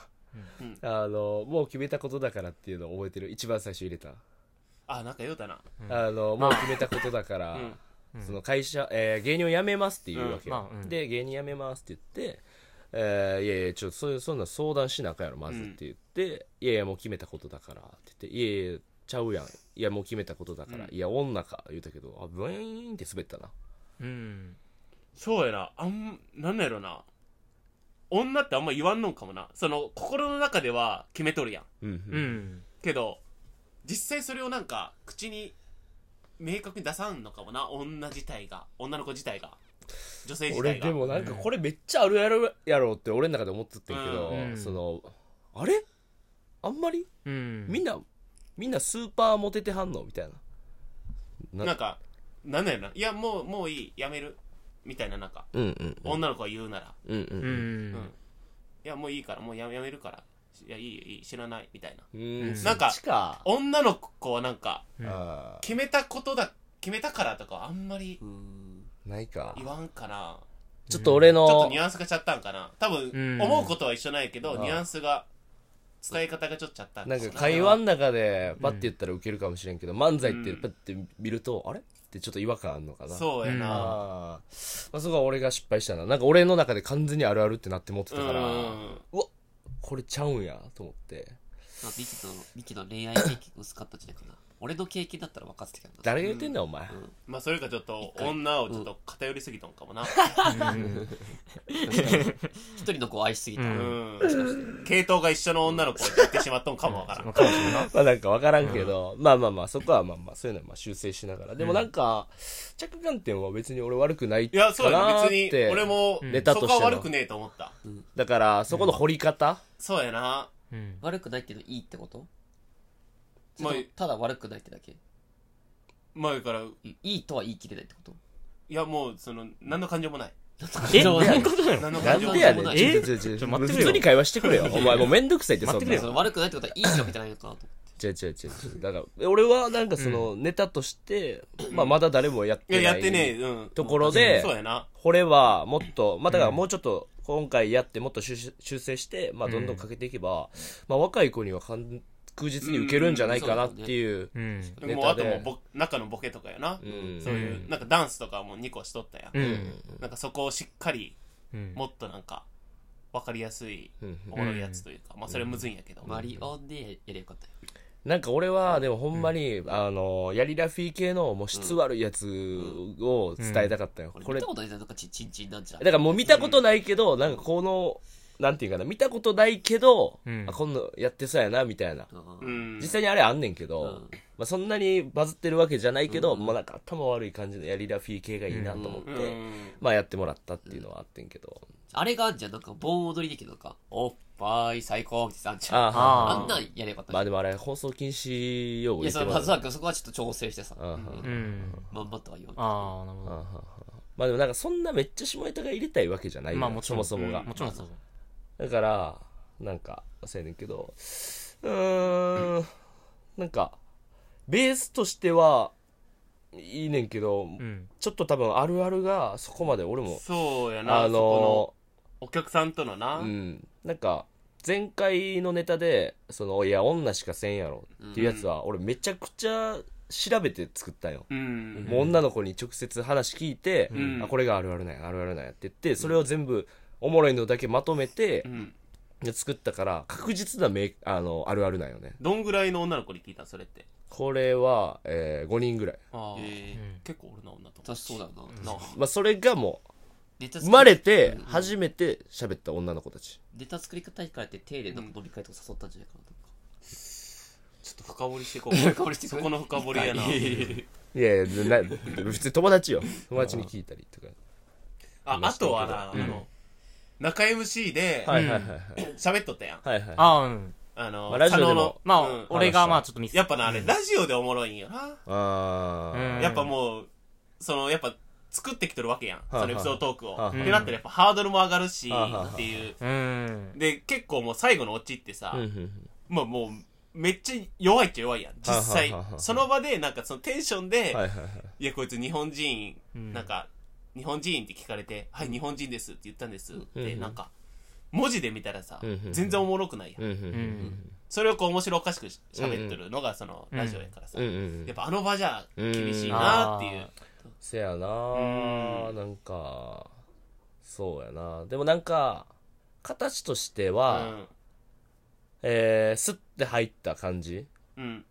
Speaker 4: うん
Speaker 1: あのもう決めたことだからっていうのを覚えてる一番最初入れた、
Speaker 4: あ、なんか言うたな。
Speaker 2: うん
Speaker 1: あのもう決めたことだから、
Speaker 4: うん
Speaker 1: その会社、えー芸人を辞めますっていうわけよ、
Speaker 2: うんまあうん
Speaker 1: で芸人辞めますって言って、えーいやいやちょっとそういうそんな相談しなあかんやろまずって言って、いやいやもう決めたことだからって言っていやいやちゃうやんいやもう決めたことだから、
Speaker 4: うん
Speaker 1: いや女か言うたけどあブイーンって滑ったな
Speaker 2: うん
Speaker 4: そうやな。あん、なんなんやろな。女ってあんま言わんのんかもな。その、心の中では決めとるやん。
Speaker 1: うん
Speaker 2: う
Speaker 1: うん
Speaker 2: ん
Speaker 4: けど、実際それをなんか、口に、明確に出さんのかもな。女自体が。女の子自体が。女性自
Speaker 1: 俺
Speaker 4: 体が。
Speaker 1: でもなんかこれめっちゃあるやろやろって俺の中で思っててんけど、
Speaker 2: うん
Speaker 1: そのあれあんまり
Speaker 2: うん
Speaker 1: みんなみんなスーパーモテてはんのみたいな
Speaker 4: なんか、なんなんやろな。いや、もう、もういい。やめる。みたいな、なんか、
Speaker 1: うんうんうん
Speaker 4: 女の子が言うなら。
Speaker 1: うんうん
Speaker 2: う
Speaker 4: うん
Speaker 2: ん。
Speaker 4: いや、もういいから、もうややめるから。いや、いいよ、いい、知らない。みたいな。
Speaker 1: うん
Speaker 4: なんか
Speaker 1: そっちか
Speaker 4: 女の子はなんか、
Speaker 2: うん
Speaker 1: あ
Speaker 4: 決めたことだ、決めたからとかはあんまり
Speaker 1: ーないか
Speaker 4: 言わんかな。
Speaker 1: ちょっと俺
Speaker 4: ちょっ
Speaker 1: の
Speaker 4: とニュアンスがちゃったんかな。多
Speaker 2: うん
Speaker 4: 分、思うことは一緒ないけど、
Speaker 1: うん
Speaker 4: ニュアンスが、伝え方がちょっとちゃった
Speaker 1: なんか会話の中でパッて言ったらウケるかもしれんけど、漫才ってパッて見ると、あれってちょっと違和感あんのかなう
Speaker 4: そうやな。
Speaker 1: あー、まあ、そこは俺が失敗したななんか俺の中で完全にあるあるってなって持ってた
Speaker 4: う
Speaker 1: から、
Speaker 4: ん。
Speaker 1: これちゃうんやと思って
Speaker 3: まあ、ミキとミキの恋愛経験薄かったんじゃないかな。俺の経験だったら分かってたけどな。
Speaker 1: 誰が言ってんだよお前、
Speaker 3: うん
Speaker 4: まあ、それかちょっと、
Speaker 3: 回
Speaker 4: 女をちょっと偏りすぎたんかもな。
Speaker 3: 一人の子を愛しすぎた。
Speaker 2: う
Speaker 4: うんん。系統が一緒の女の子を言ってしまったんかもわからん。
Speaker 2: かもしれんな
Speaker 1: まあなんか分からんけど、まあまあまあそこはまあまあそういうのはまあ修正しながらでもなんか、着眼点は別に俺悪くない
Speaker 4: い
Speaker 1: かな
Speaker 4: や、
Speaker 1: って
Speaker 4: そうやな。別に、俺も、
Speaker 1: ネタと
Speaker 4: そ
Speaker 1: して
Speaker 4: こ
Speaker 1: の
Speaker 4: は悪くねえと思った。
Speaker 1: だからそこの掘り方、
Speaker 4: そうやな。
Speaker 2: うん
Speaker 3: 悪くないっていうのいいってこと
Speaker 4: まあ
Speaker 3: それともただ悪くないってだけ
Speaker 4: 前から、
Speaker 3: いいいとは言い切れないってこと
Speaker 4: いや、もう、その、何の感情もない。
Speaker 2: えどういうことなの
Speaker 4: 何の
Speaker 1: な
Speaker 4: 感
Speaker 1: ん
Speaker 4: 情も
Speaker 1: で
Speaker 4: な
Speaker 1: や
Speaker 4: い
Speaker 1: ねん。ち
Speaker 2: え
Speaker 1: ょちょちょ
Speaker 2: ちょ待ってく
Speaker 1: 普
Speaker 2: れよ
Speaker 1: 通に会話してくれ
Speaker 2: [LAUGHS]
Speaker 1: よ。お前もうめんどくさいって、そん
Speaker 2: 待
Speaker 1: な
Speaker 2: ってくれよ
Speaker 3: その悪くないってことはいいってわけじゃないのかなと思って。
Speaker 1: 違う違う違う違う。だから、俺はなんかその、ネタとして、まあまだ誰もやっ
Speaker 4: い
Speaker 1: てな
Speaker 4: や、
Speaker 1: い。
Speaker 4: やってねえ、うん。
Speaker 1: ところで
Speaker 4: そうやな。
Speaker 1: これはもっと、まあだからもうちょっと、今回やってもっと修修正して、まあどんどんかけていけば、まあ若い子には確実に受けるんじゃないかなっていう。
Speaker 2: うん
Speaker 1: ネタで
Speaker 4: もう、あともうぼ、中のボケとかやな。
Speaker 1: うん
Speaker 4: そういう、なんかダンスとかも2個しとったや。
Speaker 2: うんん
Speaker 4: なんかそこをしっかり、
Speaker 2: うん
Speaker 4: もっとなんか、わかりやすい、
Speaker 1: うん
Speaker 4: おもろいやつというか、まあ、それむずいんやけど。
Speaker 3: マリオンでやればよかったよ。
Speaker 1: なんか俺は、でもほんまに、あの、やりラフィー系のもう質悪いやつを伝えたかったよ。こ
Speaker 3: 俺見
Speaker 1: れ
Speaker 3: た、ことないじゃん。なんかちちんちんなんじゃん
Speaker 1: だ。からもう見たことないけど、なんかこの、なんていうかな、見たことないけど、
Speaker 2: うん
Speaker 1: あ、今度やってそうやな、みたいな。
Speaker 3: う
Speaker 4: うんん。
Speaker 1: 実際にあれあんねんけど、
Speaker 3: うん
Speaker 1: まあそんなにバズってるわけじゃないけど、まあなんか頭悪い感じのやりラフィー系がいいなと思って、
Speaker 4: うん。
Speaker 1: まあやってもらったっていうのはあってんけど。
Speaker 3: あれがあんじゃん。なんか盆踊りできるのか。おっぱい最高ってあんじゃん。
Speaker 1: ああ、は
Speaker 3: あ
Speaker 2: あ
Speaker 3: んなんやればよかっ
Speaker 1: い
Speaker 3: た
Speaker 1: まあ
Speaker 3: よ。
Speaker 1: でもあれ放送禁止用語
Speaker 3: い
Speaker 1: 言っ
Speaker 3: や、そ
Speaker 1: て
Speaker 3: れ
Speaker 1: も
Speaker 3: ま
Speaker 1: ら
Speaker 3: ずは、そこはちょっと調整してさ。
Speaker 1: あは
Speaker 2: うん
Speaker 3: まんまとは言わん
Speaker 2: ああなる
Speaker 1: あ
Speaker 2: ほど
Speaker 1: はまあでもなんかそんなめっちゃ下ネタが入れたいわけじゃないよ、
Speaker 2: まあもちろん
Speaker 1: そもそもが。
Speaker 4: うん
Speaker 2: もちろんそうそう
Speaker 1: だから、なんか、そうやねんけど、うーん、なんか、ベースとしては、いいねんけど、
Speaker 2: うん
Speaker 1: ちょっと多分あるあるが、そこまで俺も、
Speaker 4: そうやな。
Speaker 1: あ
Speaker 4: あの、
Speaker 1: の
Speaker 4: お客さんとの
Speaker 1: ー、
Speaker 4: な
Speaker 1: う。ん、なんか、前回のネタで、その、いや、女しかせんやろっていうやつは、俺めちゃくちゃ調べて作ったんよ。
Speaker 4: うん。
Speaker 1: もう女の子に直接話聞いて、
Speaker 4: うん
Speaker 1: あこれがあるあるなんや、あるあるなんやって言って、それを全部、おもろいのだけまとめて、
Speaker 4: うん。
Speaker 1: で作ったから確実なめあのあるあるなんよね
Speaker 4: どんぐらいの女の子に聞いたんそれって。
Speaker 1: これは、え5人ぐらい、
Speaker 4: ああ。
Speaker 3: ええ。
Speaker 4: 結構俺の女と思
Speaker 3: 確かそうだよな。
Speaker 4: な
Speaker 3: な
Speaker 1: まあ、それがも
Speaker 3: ネタ
Speaker 1: う
Speaker 3: 作
Speaker 1: 生
Speaker 3: り
Speaker 1: まれて初めて喋った女の子たち
Speaker 3: ネタ作り方からって手でなんか飲み会とか誘ったんじゃないかなとか。
Speaker 4: ちょっと深掘りしていこう。深
Speaker 3: 掘りしていこう
Speaker 4: そこの深掘りやな。
Speaker 1: いやいやな普通に友達よ友達に聞いたりとか
Speaker 4: あ、あとはな、あの、中 MC で、
Speaker 1: はいはいはいはい
Speaker 4: 喋っとったやん。
Speaker 1: はいはい
Speaker 2: ああうん
Speaker 4: あの、
Speaker 1: まあラジオでも
Speaker 4: 加納の
Speaker 2: ま
Speaker 4: うん
Speaker 2: あ俺がまあちょっとミス
Speaker 4: やっぱな、あれ、ラジオでおもろいんよな。
Speaker 1: あー
Speaker 2: うん
Speaker 4: やっぱもう、その、やっぱ、作ってきてるわけやん。
Speaker 1: いはい
Speaker 4: そのエピソードトークを。
Speaker 1: は
Speaker 4: っ
Speaker 1: い
Speaker 4: てなったらやっぱハードルも上がるし、
Speaker 1: はいはい
Speaker 4: っていう。
Speaker 2: うん
Speaker 4: で、結構もう最後のオチってさ
Speaker 1: うん、うんうん
Speaker 4: まあもう、めっちゃ弱いっちゃ弱いやん。実
Speaker 1: はい
Speaker 4: 際
Speaker 1: はいはいは。い
Speaker 4: その場で、なんかそのテンションで
Speaker 1: はい、はいはい
Speaker 4: いや、こいつ日本人、
Speaker 2: うん
Speaker 4: なんか、日本人って聞かれて、はい、日本人ですって言ったんですっ
Speaker 1: う
Speaker 4: て、
Speaker 1: ん
Speaker 4: なんか、文字で見たらさ
Speaker 1: うん、
Speaker 4: 全然おもろくないやん
Speaker 1: う。んうんうん
Speaker 4: それをこう面白おかしくし喋ってるのがそのラジオやからさ、
Speaker 1: うんうんう
Speaker 4: やっ
Speaker 1: ん
Speaker 4: ぱあの場じゃ厳しいなっていう、
Speaker 1: せやなーなんかそうやなでもなんか形としては、えー、スッて入った感じ
Speaker 4: うんうん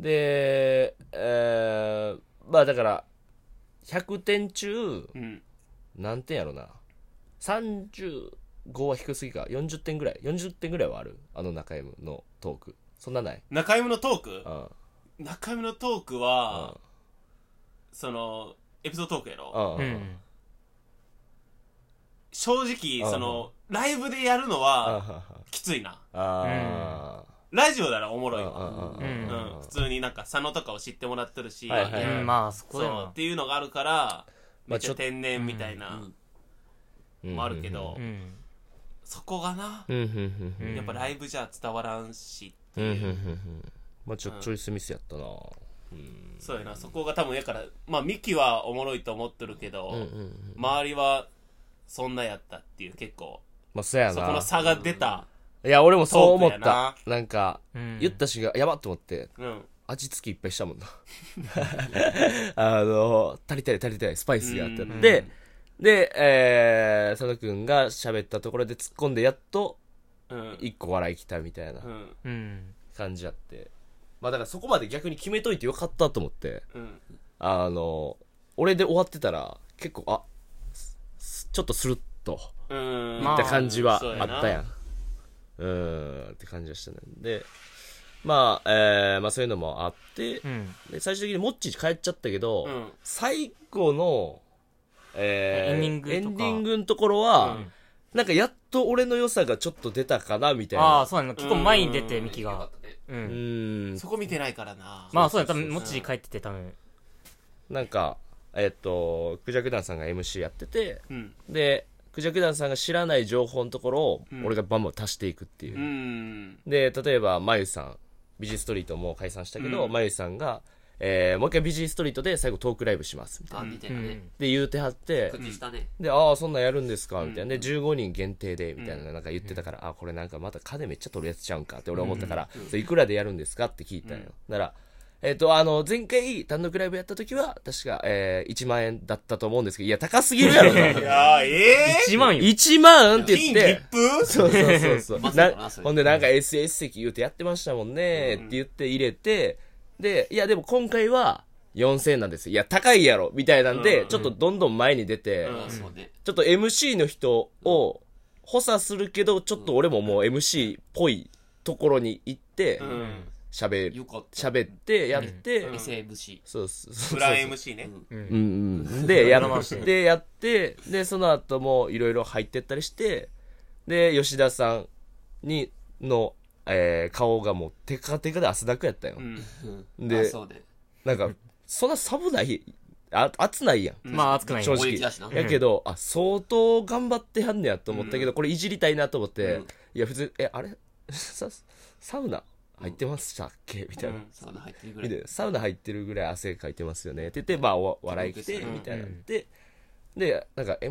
Speaker 1: で、えー、まあだから、100点中、
Speaker 4: うん。
Speaker 1: 何点やろな。35は低すぎか。40点ぐらい。40点ぐらいはある。あの中山のトーク。そんなない。
Speaker 4: 中山のトーク
Speaker 1: うん。
Speaker 4: 中山のトークは、その、エピソードトークや
Speaker 1: うん。
Speaker 4: ろ
Speaker 2: う
Speaker 1: うん。
Speaker 2: ん。
Speaker 4: 正直、
Speaker 1: うん
Speaker 4: その、ライブでやるの
Speaker 1: あ
Speaker 4: は、
Speaker 1: ー
Speaker 4: きついな。
Speaker 1: あ
Speaker 4: ラジオならおもろいわ。
Speaker 1: ー。
Speaker 2: うん
Speaker 4: う、
Speaker 2: うん
Speaker 4: 普通になんか佐野とかを知ってもらってるし、
Speaker 1: はいはいはい
Speaker 2: うんまあ、そこで
Speaker 4: そう
Speaker 2: は
Speaker 4: っ。ていうのがあるから
Speaker 1: ま
Speaker 4: め
Speaker 1: あ
Speaker 4: っち
Speaker 1: ちょ
Speaker 4: ゃ天然みたいな、
Speaker 3: うん
Speaker 1: うん
Speaker 4: もあるけど、
Speaker 2: うん。
Speaker 4: そこがな、
Speaker 1: うん。うん。うん。うん
Speaker 2: うん
Speaker 4: やっぱライブじゃ伝わらんし、
Speaker 1: うん。うん。うんまあちょ、チョイスミスやったな。
Speaker 4: そうやなそこが多分やからまあミキはおもろいと思ってるけど、
Speaker 1: うん。うん。
Speaker 4: 周りはそんなやったっていう結構
Speaker 1: まあそうや
Speaker 4: そこの
Speaker 1: な。
Speaker 4: 差が出た、
Speaker 1: いや、俺もそう思っ
Speaker 4: トークや
Speaker 1: た。なんか、
Speaker 2: うん
Speaker 1: 言ったしが、やばっと思って、
Speaker 4: うん
Speaker 1: 味付きいっぱいしたもんな。 [LAUGHS] あの、足りたり足りたり、スパイスがあって
Speaker 4: う
Speaker 1: な。
Speaker 4: ん
Speaker 1: で、で、えー、佐野くんが喋ったところで突っ込んで、やっと、
Speaker 4: うん
Speaker 1: 一個笑いきたみたいな
Speaker 4: うん
Speaker 2: うん。
Speaker 1: 感じあって。まあだからそこまで逆に決めといてよかったと思って、
Speaker 4: うん
Speaker 1: あの、俺で終わってたら、結構、あ、すちょっとスルッと、
Speaker 4: うん
Speaker 1: い
Speaker 2: ま
Speaker 1: っ
Speaker 2: あ
Speaker 1: た感じは
Speaker 4: そう
Speaker 1: あ
Speaker 4: な
Speaker 1: ったやん。うーん、って感じはしたね。で、まあ、えー、まあそういうのもあって、
Speaker 2: うん。
Speaker 1: で最終的にモッチー帰っちゃったけど、
Speaker 4: うん
Speaker 1: 最後の、えー
Speaker 2: エンディングとか
Speaker 1: エディングのところは、
Speaker 4: うん
Speaker 1: なんかやっと俺の良さがちょっと出たかな、みたい
Speaker 2: ああ、
Speaker 1: な。
Speaker 2: そうやな。結構前に出て、
Speaker 4: うん
Speaker 2: ミキ
Speaker 3: よか
Speaker 2: が
Speaker 3: っ。たね
Speaker 2: う。
Speaker 1: うんーん。
Speaker 4: そこ見てないからな
Speaker 2: まあ、そうや。多分、もっちり帰ってて、多分。
Speaker 1: なんか、えっ、と、クジャクダンさんが MC やってて、
Speaker 4: うん
Speaker 1: で、クジャクダンさんが知らない情報のところを
Speaker 4: う、ん
Speaker 1: 俺がバンバン足していくっていう。
Speaker 4: うん
Speaker 1: で、例えば、まゆさん、ビジーストリートもう解散したけど、
Speaker 4: うん
Speaker 1: まゆさんが、えー、もう一回ビジーストリートで最後トークライブします、みたいな。
Speaker 3: あみたいな
Speaker 2: う
Speaker 3: ね
Speaker 2: ん
Speaker 1: で、言うてはって、
Speaker 3: 告知したね
Speaker 1: で、ああ、そんなんやるんですかみたいな。で、15人限定で、みたいな、なんか言ってたから、ああ、これなんかまた金めっちゃ取るやつちゃうんかって俺思ったから、それいくらでやるんですかって聞いたよ。なら、えっ、と、あの、前回単独ライブやった時は、確か、えー、1万円だったと思うんですけど、いや、高すぎるやろ
Speaker 4: い
Speaker 1: な。
Speaker 4: やーえ
Speaker 2: 1万よ。
Speaker 1: 1万って言
Speaker 4: 金
Speaker 1: って、
Speaker 4: 切符
Speaker 1: そうそうそうそう
Speaker 3: ま。さか
Speaker 1: な
Speaker 3: なそれ
Speaker 1: ほんでなんか SS 席言うてやってましたもんねって言って入れて、で、いやでも今回は4000円なんですよいや高いやろみたいなんで、
Speaker 4: うん
Speaker 1: ちょっとどんどん前に出て、
Speaker 4: うん
Speaker 3: あそうね
Speaker 1: ちょっと MC の人を補佐するけど、ちょっと俺ももう MC っぽいところに行って
Speaker 4: う、ん
Speaker 1: 喋、る
Speaker 3: よかった
Speaker 1: 喋ってやって、
Speaker 4: うん
Speaker 3: SMC
Speaker 1: そうそうそう。
Speaker 4: 裏 MC ね
Speaker 3: う
Speaker 2: うん
Speaker 3: ん
Speaker 1: うん
Speaker 4: [LAUGHS]
Speaker 1: うん。で、や
Speaker 2: 生回
Speaker 1: っ
Speaker 2: して
Speaker 1: て、やって、で、その後もいろいろ入ってったりして、で、吉田さんに、の、えー顔がもうテカテカで汗だくやったよ
Speaker 4: う。ん
Speaker 3: うん
Speaker 1: で
Speaker 3: あそうね
Speaker 1: なんか、そんな寒ない、あ、暑ないやん。
Speaker 2: まあ、熱くない
Speaker 1: 正
Speaker 2: よ。
Speaker 3: 大
Speaker 1: 直
Speaker 3: 雪だしな。
Speaker 1: やけど、あ、相当頑張ってはんねやと思ったけど、これいじりたいなと思って、
Speaker 3: うん
Speaker 1: いや、普通、え、あれ [LAUGHS] ササウナ入ってましたっけみたいな。
Speaker 3: サウナ入ってるぐら
Speaker 1: みたい
Speaker 3: い
Speaker 1: なサウナ入ってるぐらい汗かいてますよねって言って、まあ、お笑い来て、
Speaker 3: うん
Speaker 1: みたいな。で、で、なんか MC、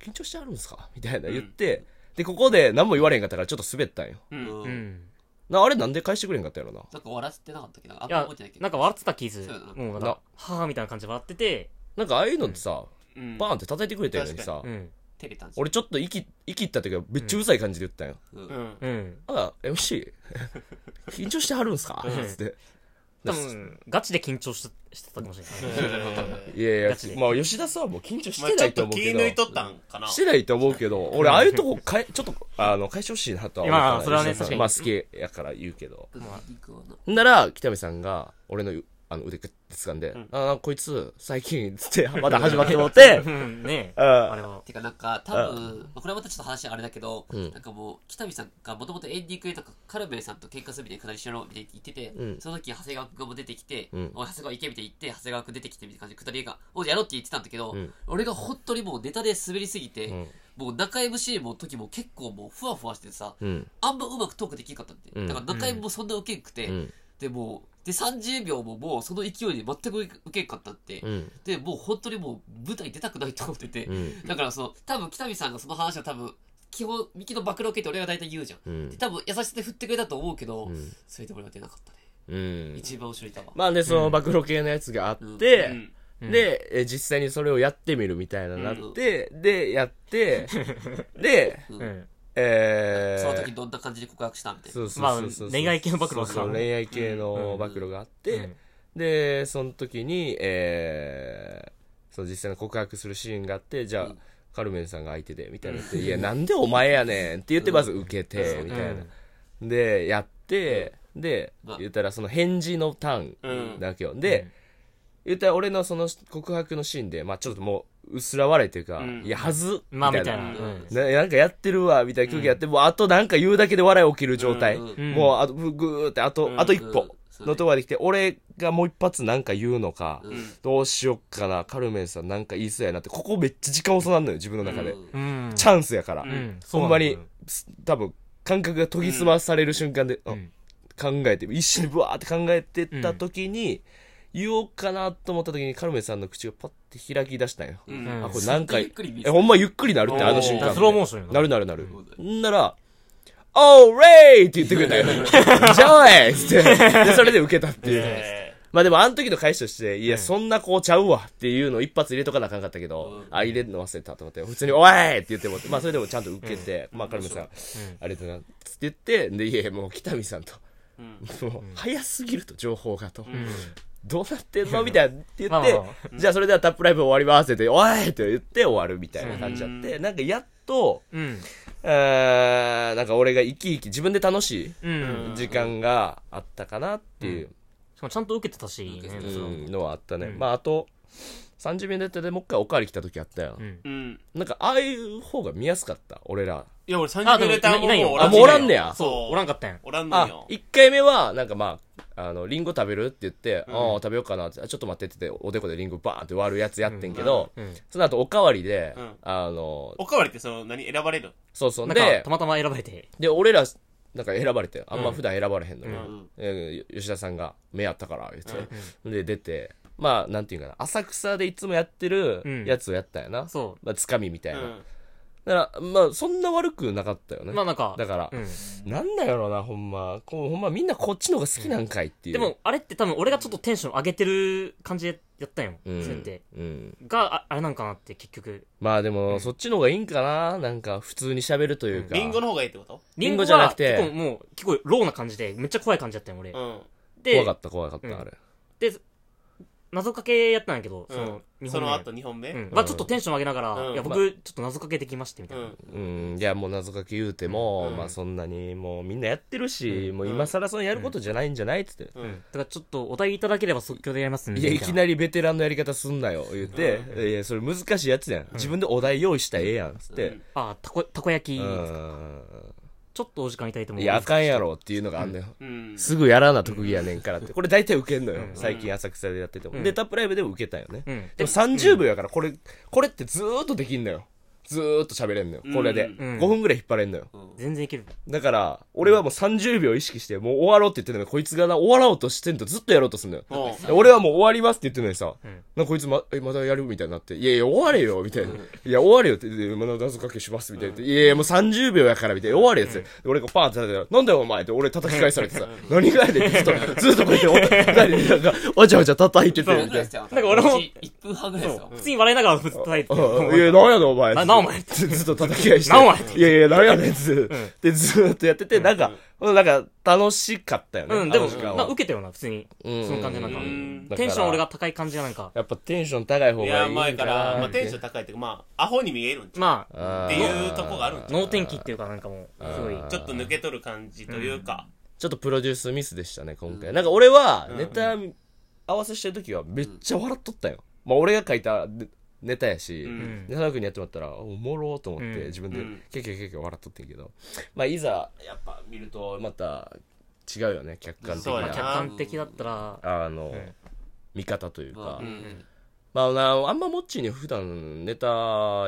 Speaker 1: 緊張してあるんですかみたいな言って、で、ここで何も言われへんかったからちょっと滑ったんよ。
Speaker 4: うん
Speaker 2: う
Speaker 3: うん
Speaker 2: ん。
Speaker 1: なあれなんで返してくれへんかったやろな。
Speaker 3: なんか笑ってなかったっけどあん
Speaker 2: い
Speaker 3: ま
Speaker 2: や
Speaker 3: 覚えてないけ、ど
Speaker 2: なんか笑ってた気す
Speaker 3: そ
Speaker 2: る
Speaker 3: うや
Speaker 2: も
Speaker 3: な。
Speaker 2: う、なん
Speaker 1: な
Speaker 2: か、はぁみたいな感じで笑ってて、
Speaker 1: なんかああいうのってさ、
Speaker 4: うん
Speaker 1: バーンって叩いてくれたのにさ、
Speaker 2: うん。
Speaker 3: 照れたんですよ
Speaker 1: 俺ちょっと息、息った時はめっちゃうざい感じで言ったんよ。
Speaker 3: うん
Speaker 4: うん
Speaker 2: うん。
Speaker 1: あ、MC、緊張してはるんすか
Speaker 2: うん
Speaker 1: つって。
Speaker 2: 多分、ガチで緊張ししてたかもしれない。
Speaker 1: いやいや
Speaker 2: ガチ、で
Speaker 1: まあ吉田さんはもう緊張し
Speaker 4: まあ
Speaker 1: て
Speaker 4: ち
Speaker 1: な
Speaker 4: ょっ
Speaker 1: いと
Speaker 4: と
Speaker 1: 思う
Speaker 4: 気
Speaker 1: けど。
Speaker 4: 抜いとったんかな
Speaker 1: してないと思うけど、俺、ああいうとこかえ、ちょっと、あの、返してほしいなとは思うから。
Speaker 2: まあそれはね
Speaker 1: 吉田さんまあ、好きやから言うけど。
Speaker 3: うん行くわな
Speaker 1: なら、北見さんが、俺のあの腕が掴んで、
Speaker 4: ん
Speaker 1: ああ、こいつ、最近、つって、まだ始まってもって
Speaker 2: う、ん、ねえ。あ
Speaker 1: あ
Speaker 2: れは。
Speaker 3: てかなんか多分まあこれはまたちょっと話あれだけど、
Speaker 1: うん
Speaker 3: なんかもう北見さんがもともとエンディングでなんかカルメンさんと喧嘩するみたいなくだりしろみたいに言ってて、
Speaker 1: うん
Speaker 3: その時長谷川君も出てきて、
Speaker 1: うん
Speaker 3: おい長谷川行けみたいに言って長谷川君出てきてみたいな感じでくだりがおいやろうって言ってたんだけど、
Speaker 1: うん
Speaker 3: 俺が本当にもうネタで滑りすぎて、
Speaker 1: うん
Speaker 3: もう中 MC も時も結構もうふわふわしててさ
Speaker 1: うん、
Speaker 3: あんまうまくトークできなかったんで、
Speaker 1: うん
Speaker 3: だから中 M もそんなウケんくて、
Speaker 1: うん、
Speaker 3: でもうで30秒ももうその勢いで全くウケんかったって、
Speaker 1: うん、
Speaker 3: でもう本当にもう舞台出たくないと思ってて、
Speaker 1: うん、
Speaker 3: だからその多分北見さんがその話を多分基本右の暴露系って俺が大体言うじゃん、
Speaker 1: うん
Speaker 3: で、多分優しさで振ってくれたと思うけど、
Speaker 1: うん
Speaker 3: それで俺は出なかったね、
Speaker 1: うん。
Speaker 3: 一番後ろいたわ、
Speaker 1: まあね、その、暴露系のやつがあっ
Speaker 4: う
Speaker 1: て、
Speaker 4: ん
Speaker 1: で、え実際にそれをやってみるみたいななって、で、やって、で、
Speaker 2: うん。
Speaker 1: えー、
Speaker 3: その時どんな感じで告白したみたいな。
Speaker 1: そうそう
Speaker 2: まあ
Speaker 1: そうそう
Speaker 2: 恋愛系の暴露が
Speaker 1: そうそう恋愛系の暴露があって、
Speaker 2: うん
Speaker 1: でその時に、えー、その実際の告白するシーンがあってじゃあ、
Speaker 3: うん
Speaker 1: カルメンさんが相手でみたいなって「いやなんでお前やねん」って言ってまず受けて、
Speaker 3: うん
Speaker 1: みたいな、でやって、で
Speaker 3: まあ
Speaker 1: 言ったらその返事のター
Speaker 4: うん
Speaker 1: ンだけを、で、言ったら俺のその告白のシーンで、まあ、ちょっともう薄ら笑いというか「
Speaker 4: うん
Speaker 1: いやはず」
Speaker 2: まあみたいな。
Speaker 3: みたいな
Speaker 2: うん
Speaker 1: ななんかやってるわ、みたいな空気やって、もうあとなんか言うだけで笑い起きる状態。
Speaker 3: うんうん
Speaker 2: うん
Speaker 1: もう、あと、ぐぐーって、あと、
Speaker 4: うん
Speaker 1: あと
Speaker 3: う
Speaker 1: 一
Speaker 3: ん
Speaker 1: 歩のとこまで来て、俺がもう一発なんか言うのか、
Speaker 3: うん
Speaker 1: どうしよっかな、カルメンさんなんか言いそうやなって、ここめっちゃ時間遅なんのよ、自分の中で。
Speaker 3: うん
Speaker 2: うん。
Speaker 1: チャンスやから。
Speaker 2: うん。
Speaker 1: ほんま
Speaker 2: そう
Speaker 1: に
Speaker 2: なんだよ、
Speaker 1: す多分、感覚が研ぎ澄まされる瞬間で、
Speaker 2: う
Speaker 1: あ
Speaker 2: ん
Speaker 1: 考えて、一瞬でブワーって考えてった時に、言おうかなと思った時に、カルメンさんの口がパッて開き出したんよ。
Speaker 3: うん
Speaker 2: うん
Speaker 1: あ、これ何
Speaker 3: ゆっ
Speaker 1: 回
Speaker 3: くり見、
Speaker 1: え、ほんまゆっくりなるって、
Speaker 4: おー
Speaker 1: あの瞬
Speaker 2: だか
Speaker 1: 間
Speaker 2: ら。スローモーションよ
Speaker 1: なるなるなる
Speaker 3: そうだ。
Speaker 1: んなら、オーレイって言ってくれ
Speaker 3: [LAUGHS]
Speaker 1: たよ。 [LAUGHS] じゃあえつって。で、それで受けたっていう。
Speaker 4: え
Speaker 1: まあでも、あの時の返しとして、いや、そんな子ちゃうわっていうのを一発入れとかなあかんかったけど、あ、入れるの忘れたと思って、普通に、おいって言ってもらって、まあそれでもちゃんと受けて、まあ、カルメさん、ありがとうな、つって言って、で、いや、もう北見さんと、もう、早すぎると、情報がと。どうなってんのみたいなって
Speaker 2: ま
Speaker 1: 言
Speaker 2: あ
Speaker 1: っ
Speaker 2: まあ
Speaker 1: て
Speaker 2: ま、
Speaker 1: じゃあそれではタップライブ終わりますって言って、おいって言って終わるみたいな感じやって、なんかやっと、
Speaker 2: うん。
Speaker 1: えーなんか俺が生き生き、自分で楽し
Speaker 2: う。
Speaker 4: うん
Speaker 1: い時間があったかなっていう
Speaker 2: しかもちゃんと受けてたし、ね、
Speaker 1: う
Speaker 2: その
Speaker 1: んのはあったね。
Speaker 2: うん
Speaker 1: まああと、30秒でもう一回おかわり来た時あったよ
Speaker 2: う。ん。
Speaker 4: うん
Speaker 1: なんかああいう方が見やすかった、俺ら。
Speaker 4: いや俺30
Speaker 2: あで
Speaker 4: 秒
Speaker 2: も
Speaker 4: レターも
Speaker 2: いないよ
Speaker 4: もう
Speaker 1: あ、もうおらんねや。
Speaker 4: そう
Speaker 2: おらんかったやん。
Speaker 4: おらんの
Speaker 1: あ
Speaker 4: よ、
Speaker 1: 1回目は、なんかまあ、あの、リンゴ食べるって言って、ああ、食べようかなって、あちょっと待ってって言って、おでこでリンゴバーンって割るやつやってんけど、
Speaker 2: うん。
Speaker 1: その後おかわりで、
Speaker 4: うん
Speaker 1: あの、
Speaker 4: おかわりってその何選ばれる
Speaker 1: そうそう。
Speaker 2: なんか、
Speaker 1: で
Speaker 2: た、またま選ばれて。
Speaker 1: で、俺ら、なんか選ばれて、あんま普段選ばれへんのに、
Speaker 3: ん
Speaker 1: えー吉田さんが目あったから、言って、で、出て、まあ、なんていうかな、浅草でいつもやって
Speaker 2: う
Speaker 1: る
Speaker 2: ん
Speaker 1: やつをやったよな。
Speaker 2: そ
Speaker 1: まあ、つかみみたいうな。
Speaker 4: ん
Speaker 1: だから、まあ、そんな悪くなかったよね。
Speaker 2: う。まあなんか、
Speaker 1: だから
Speaker 2: う、ん。
Speaker 1: なんだよな、ほんま。こう、ほんまみんなこっちの方が好きなんかいっていう。
Speaker 2: でも、あれって多分俺がちょっとテンション上げてる感じでやったんよ。
Speaker 1: うん、
Speaker 2: 設定。
Speaker 1: うん。
Speaker 2: が、ああれなんかなって結局。
Speaker 1: まあでも、そっちの方がいいんかな。なんか、普通に喋るというか。
Speaker 4: リンゴの方がいいってこと
Speaker 1: リンゴじゃなくて
Speaker 2: リンゴは結構もう、結構ローな感じで、めっちゃ怖い感じだったよ、俺
Speaker 4: う。ん
Speaker 2: で
Speaker 1: 怖か、った、怖かった、
Speaker 2: うん
Speaker 1: あれ。
Speaker 2: で、謎かけやったんやけど、
Speaker 4: う
Speaker 2: その、
Speaker 4: ん
Speaker 2: 日
Speaker 4: そ
Speaker 2: 本
Speaker 4: の
Speaker 2: の
Speaker 4: 後2本目
Speaker 2: う
Speaker 4: うん
Speaker 2: ん。まあちょっとテンション上げながら、
Speaker 4: うん
Speaker 2: いや、僕、ちょっと謎かけできまして、みたいな。
Speaker 1: うん、いやもう謎かけ言うても、
Speaker 4: うん
Speaker 1: まあそんなにもうみんなやってるし、もう
Speaker 4: うん
Speaker 1: 今更そのやることじゃないんじゃないっつって、
Speaker 4: うん
Speaker 2: だからちょっとお題いただければ即興でやりますんで。
Speaker 1: いやいきな
Speaker 2: り。
Speaker 1: りベテランのやり方すんなよ言って、いやそれ難しいやつやん、自分でお題用意したらええやんっつって、
Speaker 2: あ、たこ、たこ焼き、
Speaker 1: うん
Speaker 2: ちょっとお時間いただいても
Speaker 1: いやあかんやろっていうのがあんのよ、
Speaker 4: うん
Speaker 1: すぐやらな特技やねんからってこれ大体受けんのよ、最近浅草でやってても、
Speaker 2: ん
Speaker 1: でタップライブでも受けたよね、
Speaker 2: うん
Speaker 1: でも30秒やからこれこれってずーっとできんのよずーっと喋れんのよこれで、
Speaker 2: ん
Speaker 1: 5分ぐらい引っ張れんのよ、
Speaker 2: 全然いける。
Speaker 1: だから、俺はもう30秒意識して、もう終わろうって言ってるのに、こいつがな、終わろうとしてんとずっとやろうとすんのよ。
Speaker 4: おう
Speaker 1: で俺はもう終わりますって言ってんのにさ、
Speaker 2: ん
Speaker 1: なんかこいつま、え、まだやるみたいになって、いやいや、終われよみたいな。いや、終われよって、でまだ謎かけしますみたいな。いやいや、もう30秒やからみたいな。終われよって。で俺がパーンって叩いたら、なんだよお前って俺叩き返されてさ、何がやねんってずっと、ずっとこうやってお、二人でなんか、わちゃわちゃ叩いてて、みたいな。
Speaker 3: なん
Speaker 2: なんか俺も
Speaker 3: 1分半ぐらいですよ。
Speaker 2: 普通に笑いながらぶつ叩いてて。
Speaker 1: うんいや、なんやねんお前。
Speaker 2: ななんお前
Speaker 1: ってずっと叩き合いして。
Speaker 2: なんお前って
Speaker 1: いやいや、なんやねんっつって。で、ずーっとやってて、なんか、なんか、楽しかったよね。
Speaker 2: うん、でも、
Speaker 1: あの時間
Speaker 2: な
Speaker 1: は
Speaker 2: 受けたよな、普通に。そ
Speaker 1: ん
Speaker 2: の感じなんか
Speaker 4: う。ん
Speaker 1: だから
Speaker 2: テンション俺が高い感じがなんか、
Speaker 1: やっぱテンション高い方が
Speaker 4: い
Speaker 1: いい
Speaker 4: や
Speaker 1: んな
Speaker 4: 前からまあテンション
Speaker 1: っ
Speaker 4: 高いっていうかまあアホに見えるんちゃ
Speaker 2: まあ、
Speaker 1: て
Speaker 4: うっていうとこがあるんちゃう
Speaker 2: 脳天気っていうかなんかもう、すごい。
Speaker 4: ちょっと抜けとる感じというか
Speaker 1: ちょっとプロデュースミスでしたね、今回。なんか俺は、ネタ合わせしてる時はめっちゃ笑っとったよ。まあ俺が書いたネネタやし、
Speaker 4: ん
Speaker 1: ネタ君にやってもらったら、おもろーと思っ
Speaker 2: うん
Speaker 1: て自分で
Speaker 4: ん
Speaker 1: ケケケケ笑っとってんけど。まあいざ、やっぱ見るとまた違うよね、客観的
Speaker 4: そうや
Speaker 2: まあ
Speaker 4: な
Speaker 2: 客観的だったら、
Speaker 1: な、あの、見方というか
Speaker 4: う
Speaker 3: う。
Speaker 4: ん
Speaker 1: まあな、あんまもっちに普段ネタ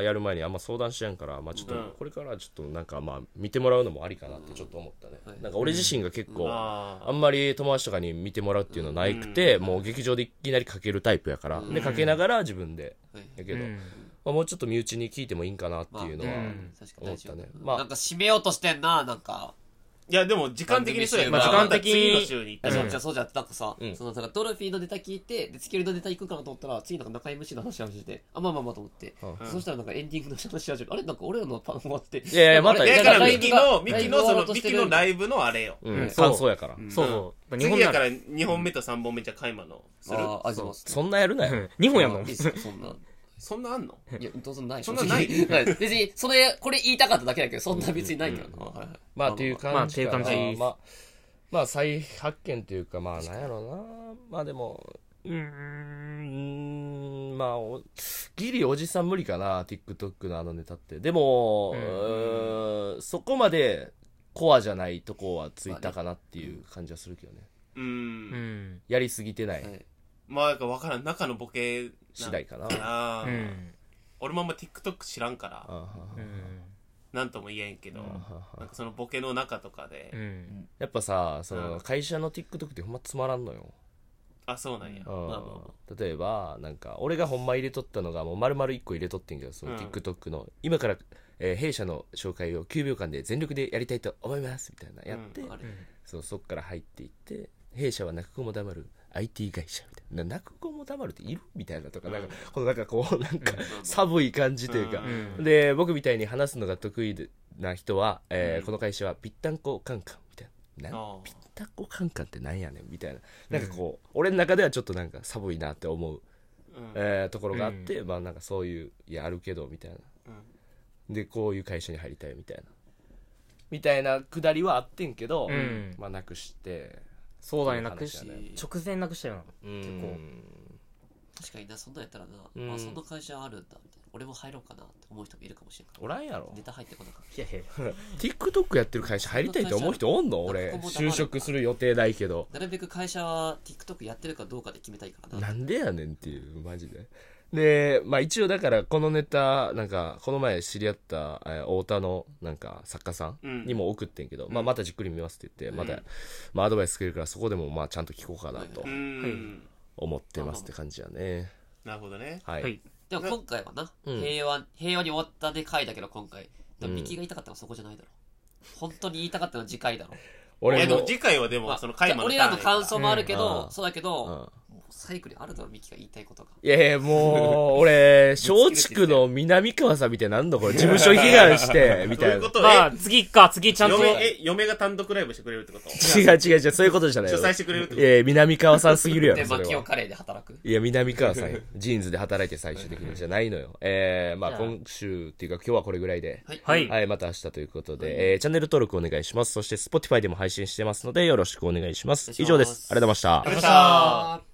Speaker 1: やる前にあんま相談しやんから、まあちょっ
Speaker 4: うん
Speaker 1: と、これからちょっとなんかまあ見てもらうのもありかなってちょっと思ったね。なんか俺自身が結構、
Speaker 4: あ
Speaker 1: あんまり友達とかに見てもらうっていうのはないくて、もう劇場でいきなりかけるタイプやから、で、かけながら自分で、
Speaker 3: はい
Speaker 1: やけ
Speaker 2: う
Speaker 1: ど、
Speaker 2: ん
Speaker 1: まあ、もうちょっと身内に聞いてもいいんかなっていうのは、
Speaker 2: まあうん
Speaker 3: 確かに大丈夫
Speaker 1: 思ったねまあ
Speaker 3: なんか締めようとしてんな、なんか。
Speaker 4: いや、でも時間的にそうや
Speaker 3: まあ時間
Speaker 2: 的に
Speaker 4: 次の週に行
Speaker 3: あ
Speaker 4: った
Speaker 3: じゃ
Speaker 4: じゃん
Speaker 3: あじゃあそうじゃんなんかさ、
Speaker 1: うん
Speaker 3: そのなんかトロフィーのネタ聞いてで月寄りのネタ行くかなと思ったら次なんか中 MC の話し始めてあまあまあまあと思って、
Speaker 1: うん
Speaker 3: そしたらなんかエンディングの話し始めてあれなんか俺らのパン終わってい
Speaker 1: やいやまた
Speaker 4: いやだからミキの、ミ
Speaker 3: ライ
Speaker 4: キ
Speaker 3: ブ
Speaker 4: の
Speaker 3: が
Speaker 4: そ
Speaker 3: ライブが終わろう
Speaker 4: の、
Speaker 3: と
Speaker 4: ミ
Speaker 3: して
Speaker 4: キ
Speaker 3: る
Speaker 4: のライブのあれよ。
Speaker 1: う
Speaker 2: うん
Speaker 1: ん、
Speaker 2: そう
Speaker 1: 感想やから。
Speaker 2: そうそう。
Speaker 4: 次やから
Speaker 2: ら。
Speaker 4: 2本目と3本目じゃカイマのする
Speaker 3: ああじゃあ
Speaker 1: そんなやるな
Speaker 2: う
Speaker 1: よ
Speaker 2: ん。日本やも
Speaker 3: い
Speaker 2: ん
Speaker 3: い。っすかそんな
Speaker 4: そんなあんの
Speaker 3: いやどうぞない
Speaker 4: そんなない
Speaker 3: [LAUGHS] 正直別にそれこれ言いたかっただけだけどそんな別にないからな、はいはい
Speaker 1: まあ、という
Speaker 2: まあ
Speaker 1: 感
Speaker 2: っ
Speaker 1: じ
Speaker 2: ていう
Speaker 1: か
Speaker 2: 感
Speaker 1: な
Speaker 2: じです
Speaker 1: まあ、まあ、再発見というか、まあ、なんやろうな。まあ、でも、うーん、まあ、おギリおじさん無理かな、TikTok のあのネタって。でも、
Speaker 2: う
Speaker 1: うんーんそこまでコアじゃないとこはついたかなっていう感じはするけどね。
Speaker 4: う。
Speaker 2: うんん。
Speaker 1: やりすぎてな
Speaker 3: はいい
Speaker 4: まあ、なんかわからん。中のボケな
Speaker 1: 次第かな。
Speaker 4: かな。
Speaker 2: うん。
Speaker 4: 俺もあんま TikTok 知らんから、
Speaker 1: あー
Speaker 2: うん。
Speaker 4: なんとも言えんけど、なんかそのボケの中とかで
Speaker 2: う、ん。
Speaker 1: やっぱさ、そ
Speaker 4: うん
Speaker 1: の会社の TikTok ってほんまつまらんのよ。
Speaker 4: あ、そうなんや。
Speaker 1: う
Speaker 4: まあ
Speaker 1: ん
Speaker 4: まあまあ
Speaker 1: 例えばなんか俺がほんま入れとったのがもう丸々1個入れとってんけどその TikTok の、今から、えー弊社の紹介を9秒間で全力でやりたいと思いますみたいなやって、
Speaker 4: うん
Speaker 3: あれ
Speaker 1: そうそっから入っていって弊社は泣く子も黙る IT 会社みたいなな泣く子も黙るっているみたいなとか、なんかこのなんかこうなんか寒い感じというか、
Speaker 2: うん
Speaker 1: で僕みたいに話すのが得意な人は、えーこの会社はぴったんこカンカンみたいななん
Speaker 4: あ
Speaker 1: ピッタコカンカンってなんやねんみたいななんかこう、俺の中ではちょっとなんか寒いなって思う、
Speaker 4: ーうん
Speaker 1: えーところがあって、まあなんかそういういやあるけどみたいなでこういう会社に入りたいみたいなみたいなくだりはあってんけど、
Speaker 2: うん
Speaker 1: まあなくして
Speaker 2: そうだね、なく
Speaker 1: っ
Speaker 2: して
Speaker 1: いう話やね、
Speaker 2: 直前なくしたよな。
Speaker 1: うん
Speaker 3: 確かになそんなんやったらな、
Speaker 1: うん
Speaker 3: あそんな会社あるんだみたいな俺も入ろうかなって思う人もいるかもしれんから
Speaker 1: おらんやろ
Speaker 3: ネタ入ってこなかっ
Speaker 2: いやいや。
Speaker 1: TikTok やってる会社入りたいと思う人おんの俺
Speaker 3: なんかここ黙る
Speaker 1: 就職する予定ないけど
Speaker 3: たなるべく会社は TikTok やってるかどうかで決めたいからな
Speaker 1: なんでやねんっていう、マジで。で、まあ一応だからこのネタ、なんか、この前知り合った、えー太田の、なんか、作家さんにも送ってんけど、まあまたじっくり見ますって言って、また、まあアドバイスくれるからそこでもまあちゃんと聞こうかなと
Speaker 4: うん。
Speaker 1: 思ってますって感じやね。
Speaker 4: なるほどね。
Speaker 1: は
Speaker 2: はいい。。
Speaker 3: でも今回はな、
Speaker 1: うん
Speaker 3: 平和平和に終わったで回だけど今回でも
Speaker 1: うん
Speaker 3: ミキが言いたかったのはそこじゃないだろ本当に言いたかったのは
Speaker 1: [LAUGHS]
Speaker 3: 次回だろ、
Speaker 4: い
Speaker 1: 俺
Speaker 4: やでも
Speaker 1: も、
Speaker 4: 次回はで
Speaker 3: ま
Speaker 4: も、
Speaker 3: あ
Speaker 4: その
Speaker 3: じ
Speaker 4: カイ
Speaker 3: ゃ
Speaker 4: マ
Speaker 3: あ
Speaker 4: の
Speaker 3: 俺
Speaker 4: タ
Speaker 3: ら
Speaker 4: ーン
Speaker 3: の
Speaker 4: やから
Speaker 3: 感想もあるけど、
Speaker 1: うん
Speaker 3: そうだけど、
Speaker 1: うん
Speaker 3: もうサイクルにあるだろミキが言いたいことが
Speaker 1: いやいや、もう、俺、松竹の南川さんみたいになんのこれ、事務所批判して、みた
Speaker 4: [LAUGHS] とい
Speaker 1: いうな
Speaker 4: こ。とで、
Speaker 2: まあ、次行くか、次ちゃんと。
Speaker 4: 嫁、え、嫁が単独ライブしてくれるってこと
Speaker 1: 違う違う違う、そういうことじゃない
Speaker 4: 主
Speaker 1: よ。
Speaker 4: 催してくれるってこと
Speaker 1: え南川さんすぎるや
Speaker 3: で
Speaker 1: ろ、そ
Speaker 3: マ
Speaker 1: れ
Speaker 3: キオ
Speaker 1: は。
Speaker 3: カレーで働く
Speaker 1: いや、南川さん [LAUGHS] よジーンズで働いて最終的にじゃないのよ。えー、まあ
Speaker 2: じゃあ
Speaker 1: 今週っていうか今日はこれぐらいで。
Speaker 3: はい、
Speaker 2: はい。
Speaker 1: はい、また明日ということで、えー、チャンネル登録お願いします。そして Spotify でも配信してますのでよろしくお願いします。以上です。ありがとうございました。
Speaker 4: りがとうございました
Speaker 3: さあ